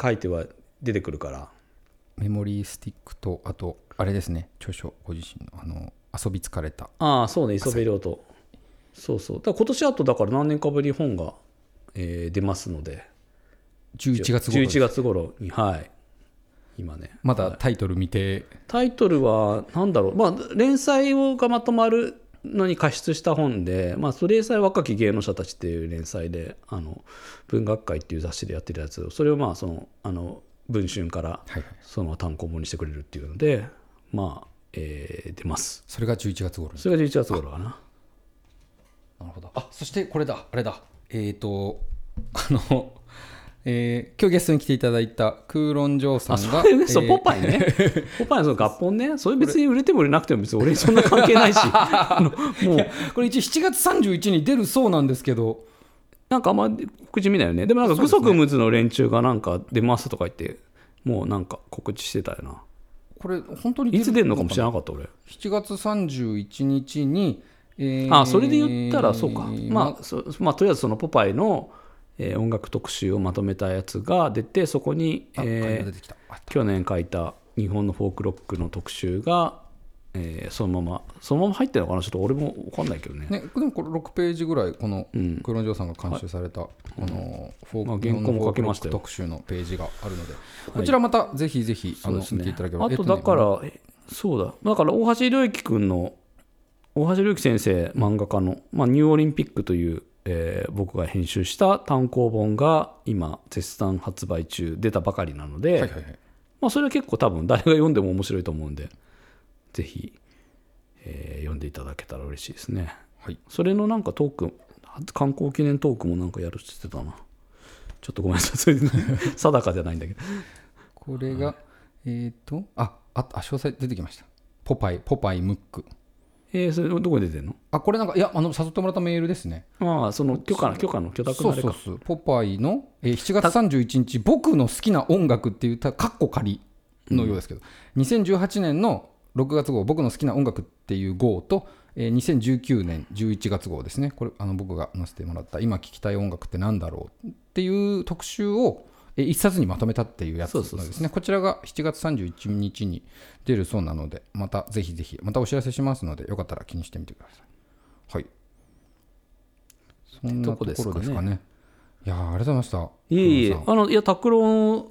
S2: 書いては出てくるから
S1: メモリースティックとあとあれですね著書ご自身のあの遊び疲れた
S2: ああそうね磯部亮とそうそうだから今年あとだから何年かぶり本が、えー出ますので
S1: 11月号
S2: 11月頃にはい今ね
S1: まだタイトル未定
S2: タイトルは何だろう、まあ、連載をがまとまるのに加筆した本で「まあ、それ連載若き芸能者たち」っていう連載であの文学界っていう雑誌でやってるやつをそれをまあそのあの文春から
S1: はいはい
S2: そのまま単行本にしてくれるっていうのでまあ、えー出ます
S1: それが11月頃に
S2: それが11月頃かな
S1: なるほどあそしてこれだあれだえっ、とあの、 えー今日ゲストに来ていただいたクーロン・ジョーさ
S2: あ
S1: ん
S2: そ
S1: が
S2: れねそう
S1: えー
S2: ポパイね ポパイのその合本ねそれ別に売れても売れなくても別に俺にそんな関係ない しあのもう
S1: これ一応7月31日に出るそうなんですけど
S2: なんかあんま告知見ないよね。でもなんかグソクムズの連中がなんか出ますとか言って、もうなんか告知してたよな。
S1: これ本当に
S2: いつ出るのかも知ら
S1: ない
S2: なかった俺。
S1: 7月31日に、えー
S2: あ、それで言ったらそうか。まあ、そまあ、とりあえずそのポパイの、えー音楽特集をまとめたやつが出て、そこに、
S1: あ
S2: え
S1: 出
S2: ー
S1: てきたあ
S2: 去年書いた日本のフォークロックの特集が、えーそのまま、そのまま入ってるのかなちょっと俺も分かんないけどね。
S1: ね、でもこれ6ページぐらいこのクロンジョーさんが監修された、このフォ
S2: まあ
S1: ーク
S2: 原稿も
S1: 日本のフォーク
S2: 書きましたよ
S1: 特集のページがあるので、こちらまたぜひぜひあ
S2: そう
S1: の、
S2: です
S1: 見てい
S2: ね
S1: ただければ
S2: あとだか、
S1: えっ
S2: ら、えそうだだから大橋良之君の大橋良之先生漫画家の、まあ、ニューオリンピックという、えー僕が編集した単行本が今絶賛発売中出たばかりなので、
S1: とねはいはいはい、
S2: まあ、それは結構多分誰が読んでも面白いと思うんでぜひ、えー読んでいただけたら嬉しいですね
S1: はい、
S2: それのなんかトーク観光記念トークもなんかやるって言ってたなちょっとごめんなさいそ れ定かじゃないんだけど
S1: これが、えっ、とあああ詳細出てきましたポパイポパイムック
S2: えーそれどこに出てんの
S1: あこれなんかいやあの誘ってもらったメールですね
S2: ああ、その許可の許可の許諾
S1: そ
S2: の
S1: う
S2: あれ
S1: そ
S2: か。
S1: うそうポパイの、えー7月31日僕の好きな音楽っていうたカッコ仮のようですけど、2018年の6月号僕の好きな音楽っていう号と、えー2019年11月号ですねこれあの僕が載せてもらった今聴きたい音楽ってなんだろうっていう特集を、えー一冊にまとめたっていうやつなんですね
S2: そうそう
S1: こちらが7月31日に出るそうなのでまたぜひぜひまたお知らせしますのでよかったら気にしてみてくださいはいそんなところです
S2: ってとこです
S1: か
S2: か
S1: ねいやーありがとうございました
S2: いえいえ
S1: 黒田さん
S2: あのいや拓郎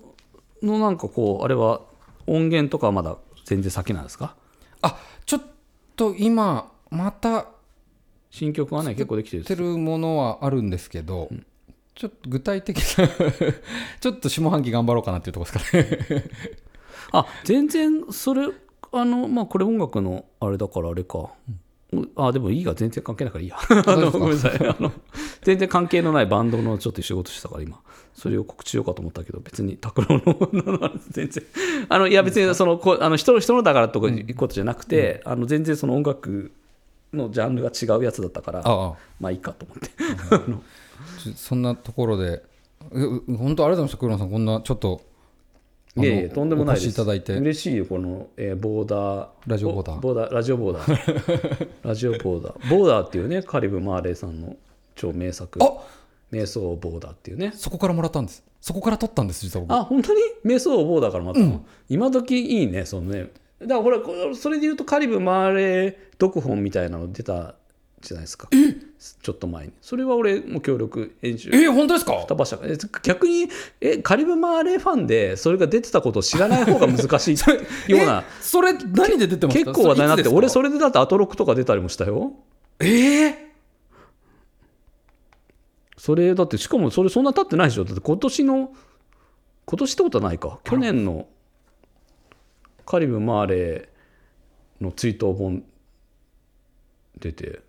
S2: のなんかこうあれは音源とかはまだ全然先なんですか。
S1: あちょっと今また
S2: 新曲はね結構できてるん
S1: 知
S2: で
S1: って
S2: す
S1: るものはあるんですけど、ちょっと具体的な ちょっと下半期頑張ろうかなっていうところですかね
S2: あ全然それあのまあこれ音楽のあれだからあれか、あでもいいが全然関係ないからいいや あのごめんなさいあの全然関係のないバンドのちょっと仕事してたから今それを告知しようかと思ったけど別に拓郎のあの全然あのいや別にそのこあの人の人のだからとかいうことじゃなくて、あの全然その音楽のジャンルが違うやつだったから
S1: ああ
S2: まあいいかと思って
S1: ちょそんなところで本当ありがとうございました黒野さんこんなちょっとあの
S2: いえいえ、とんでもないです。
S1: お越しいただいて
S2: 嬉しいよ、この、えーボーダー。
S1: ラジオボーダー
S2: おボーダー、ラジオボーダー。 ラジオボーダー。ボーダーっていうね、カリブ・マーレーさんの超名作。
S1: あ
S2: 瞑想ボーダーっていうね。
S1: そこからもらったんですそこから取ったんです実は僕
S2: あ、本当に瞑想ボーダーからもらったの、今時いいね、そのね。だからほら、これそれで言うとカリブ・マーレー読本みたいなの出たじゃないですか。ちょっと前に。それは俺、もう協力演習。
S1: えー、本当ですか
S2: 双葉社え逆にえカリブ・マーレーファンでそれが出てたことを知らない方が難 しいような
S1: えそれ何で出てました
S2: 結構話題になって俺そ
S1: れ
S2: れでだってアトロックとか出たりもしたよ
S1: いつですかえ
S2: それだってしかもそれそんな経ってないでしょだって今年の今年ってことはないか去年のカリブ・マーレーの追悼本出て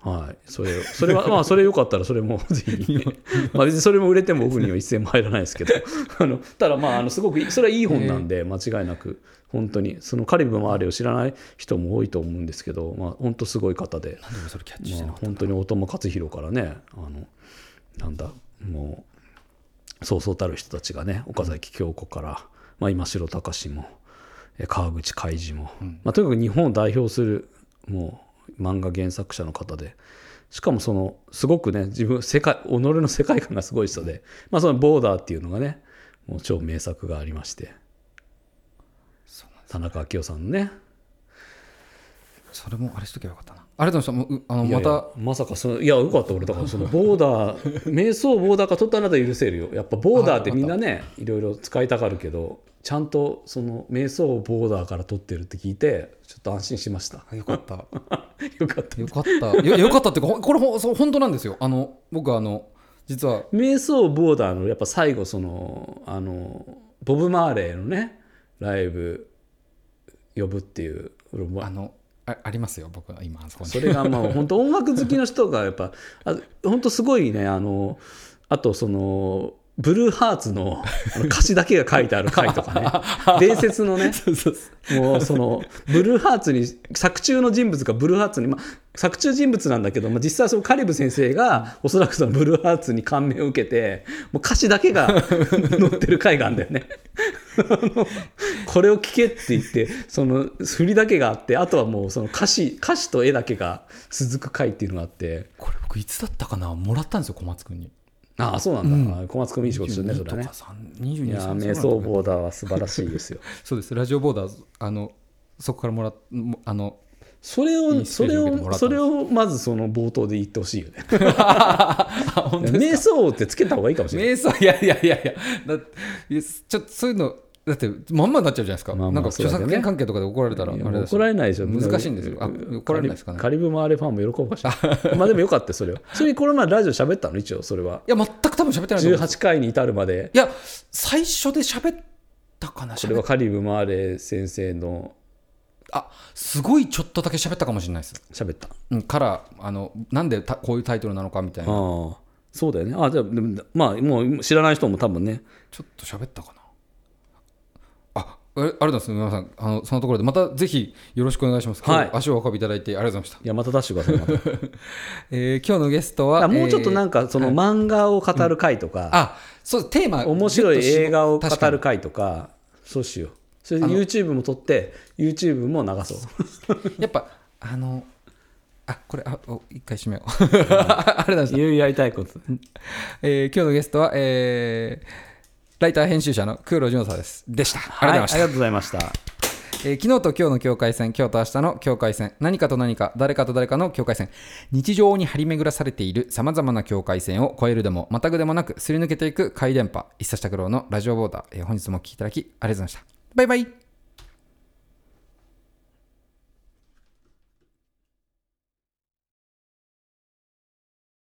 S2: はいそれそれはまあそれよかったらそれもぜひまあ別にそれも売れても僕には一銭も入らないですけど あのただまああのすごくいいそれはいい本なんで間違いなく本当にそのカリブ・マーレーを知らない人も多いと思うんですけどまあ本当すごい方で。
S1: ー、でもそれキャッチしてな
S2: まあ、本当に大友克洋からねあのなんだもうそうそうたる人たちがね岡崎京子から、まあ、今城隆もえ川口海二も、まあ、とにかく日本を代表するもう漫画原作者の方でしかもそのすごくね自分世界己の世界観がすごい人で、まあ、その「ボーダー」っていうのがねもう超名作がありまして田中昭夫さんのね
S1: それもあれしとけばよかったなありがとうございましたもううあの
S2: いや
S1: ま
S2: いや
S1: た
S2: まさかそのいやよかった俺だからそのボーダー 瞑想ボーダーか取ったあなた許せるよやっぱボーダーってみんなねいろいろ使いたがるけどちゃんとその瞑想ボーダーから取ってるって聞いてちょっと安心しました
S1: よかった
S2: よかった
S1: よかったよ よかったっていうかほんこれほんそう本当なんですよあの僕あの実は
S2: 瞑想ボーダーのやっぱ最後そのあのボブ・マーレーのねライブ呼ぶっていう俺も
S1: あのあありますよ僕は今あそこに
S2: それがもう本当音楽好きの人がやっぱあ本当すごいねあのあとそのブルーハーツのあの歌詞だけが書いてある回とかね伝説のねもうそのブルーハーツに作中の人物がブルーハーツに、まあ、作中人物なんだけど、まあ、実際そのカリブ先生がおそらくそのブルーハーツに感銘を受けてもう歌詞だけが 載ってる回があるんだよね。これを聞けって言ってその振りだけがあってあとはもうその歌詞歌詞と絵だけが続く回っていうのがあって
S1: これ僕いつだったかなもらったんですよ小松君に
S2: ああそうなんだ、小松君もいい仕事してるねそ
S1: 22
S2: れは
S1: と
S2: ね
S1: か3 22
S2: いやー
S1: 23
S2: 瞑想ボーダーは素晴らしいですよ
S1: そうですラジオボーダーあのそこからもらっも あの
S2: それ
S1: い
S2: を
S1: いス
S2: そ
S1: テージ
S2: れ
S1: を受けても
S2: を
S1: らったんです
S2: それをまずその冒頭で言ってほしいよね瞑想ってつけた方がいいかもしれない
S1: 瞑想いやいやいやいやだいやちょっとそういうのだってまんまになっちゃうじゃないですか、
S2: まあまあ
S1: なんか
S2: そうだ
S1: 著
S2: けどね
S1: 作権関係とかで怒られたらあれ
S2: いや
S1: だし
S2: 怒られないでしょ
S1: 難しいんですよあ怒られないですかね
S2: カリブマーレファンも喜ぶかし らまあでもよかったよそれはそれにこの前ラジオ喋ったの一応それはい
S1: や全く多分喋ってないと思う
S2: 18回に至るまで
S1: いや最初で喋ったかな
S2: それ
S1: 喋
S2: は
S1: っ
S2: カリブ・マーレー先生の
S1: あすごいちょっとだけ喋ったかもしれないです、
S2: 喋った
S1: うん、からあのなんでたこういうタイトルなのかみたいな
S2: ああそうだよねあじゃあでもまあもう知らない人も多分ね
S1: ちょっと喋ったかなああれありがとうございます皆さんあのそのところでまたぜひよろしくお願いします、
S2: はい
S1: 今日足をお運びいただいてありがとうございました
S2: いやまた出してくださいまただか
S1: えー今日のゲストは
S2: らもうちょっとなんんかその漫画を語る回とか、
S1: あそうテーマ
S2: 面白い映画を
S1: 確
S2: 語
S1: かに
S2: る回とかそうしようそれで YouTube も撮って YouTube も流そう
S1: やっぱあのあこれあお一回締めよう ありがとうございまし た、
S2: 言うやりたいこと
S1: えー今日のゲストは、えーライター編集者の空路淳さんですでしたありがとうございました
S2: はありがとうございました
S1: えー昨日と今日の境界線今日と明日の境界線何かと何か誰かと誰かの境界線日常に張り巡らされているさまざまな境界線を越えるでもまたぐでもなくすり抜けていく回電波一冊拓郎のラジオボーダー、えー本日もお聴きいただきありがとうございましたバイバイ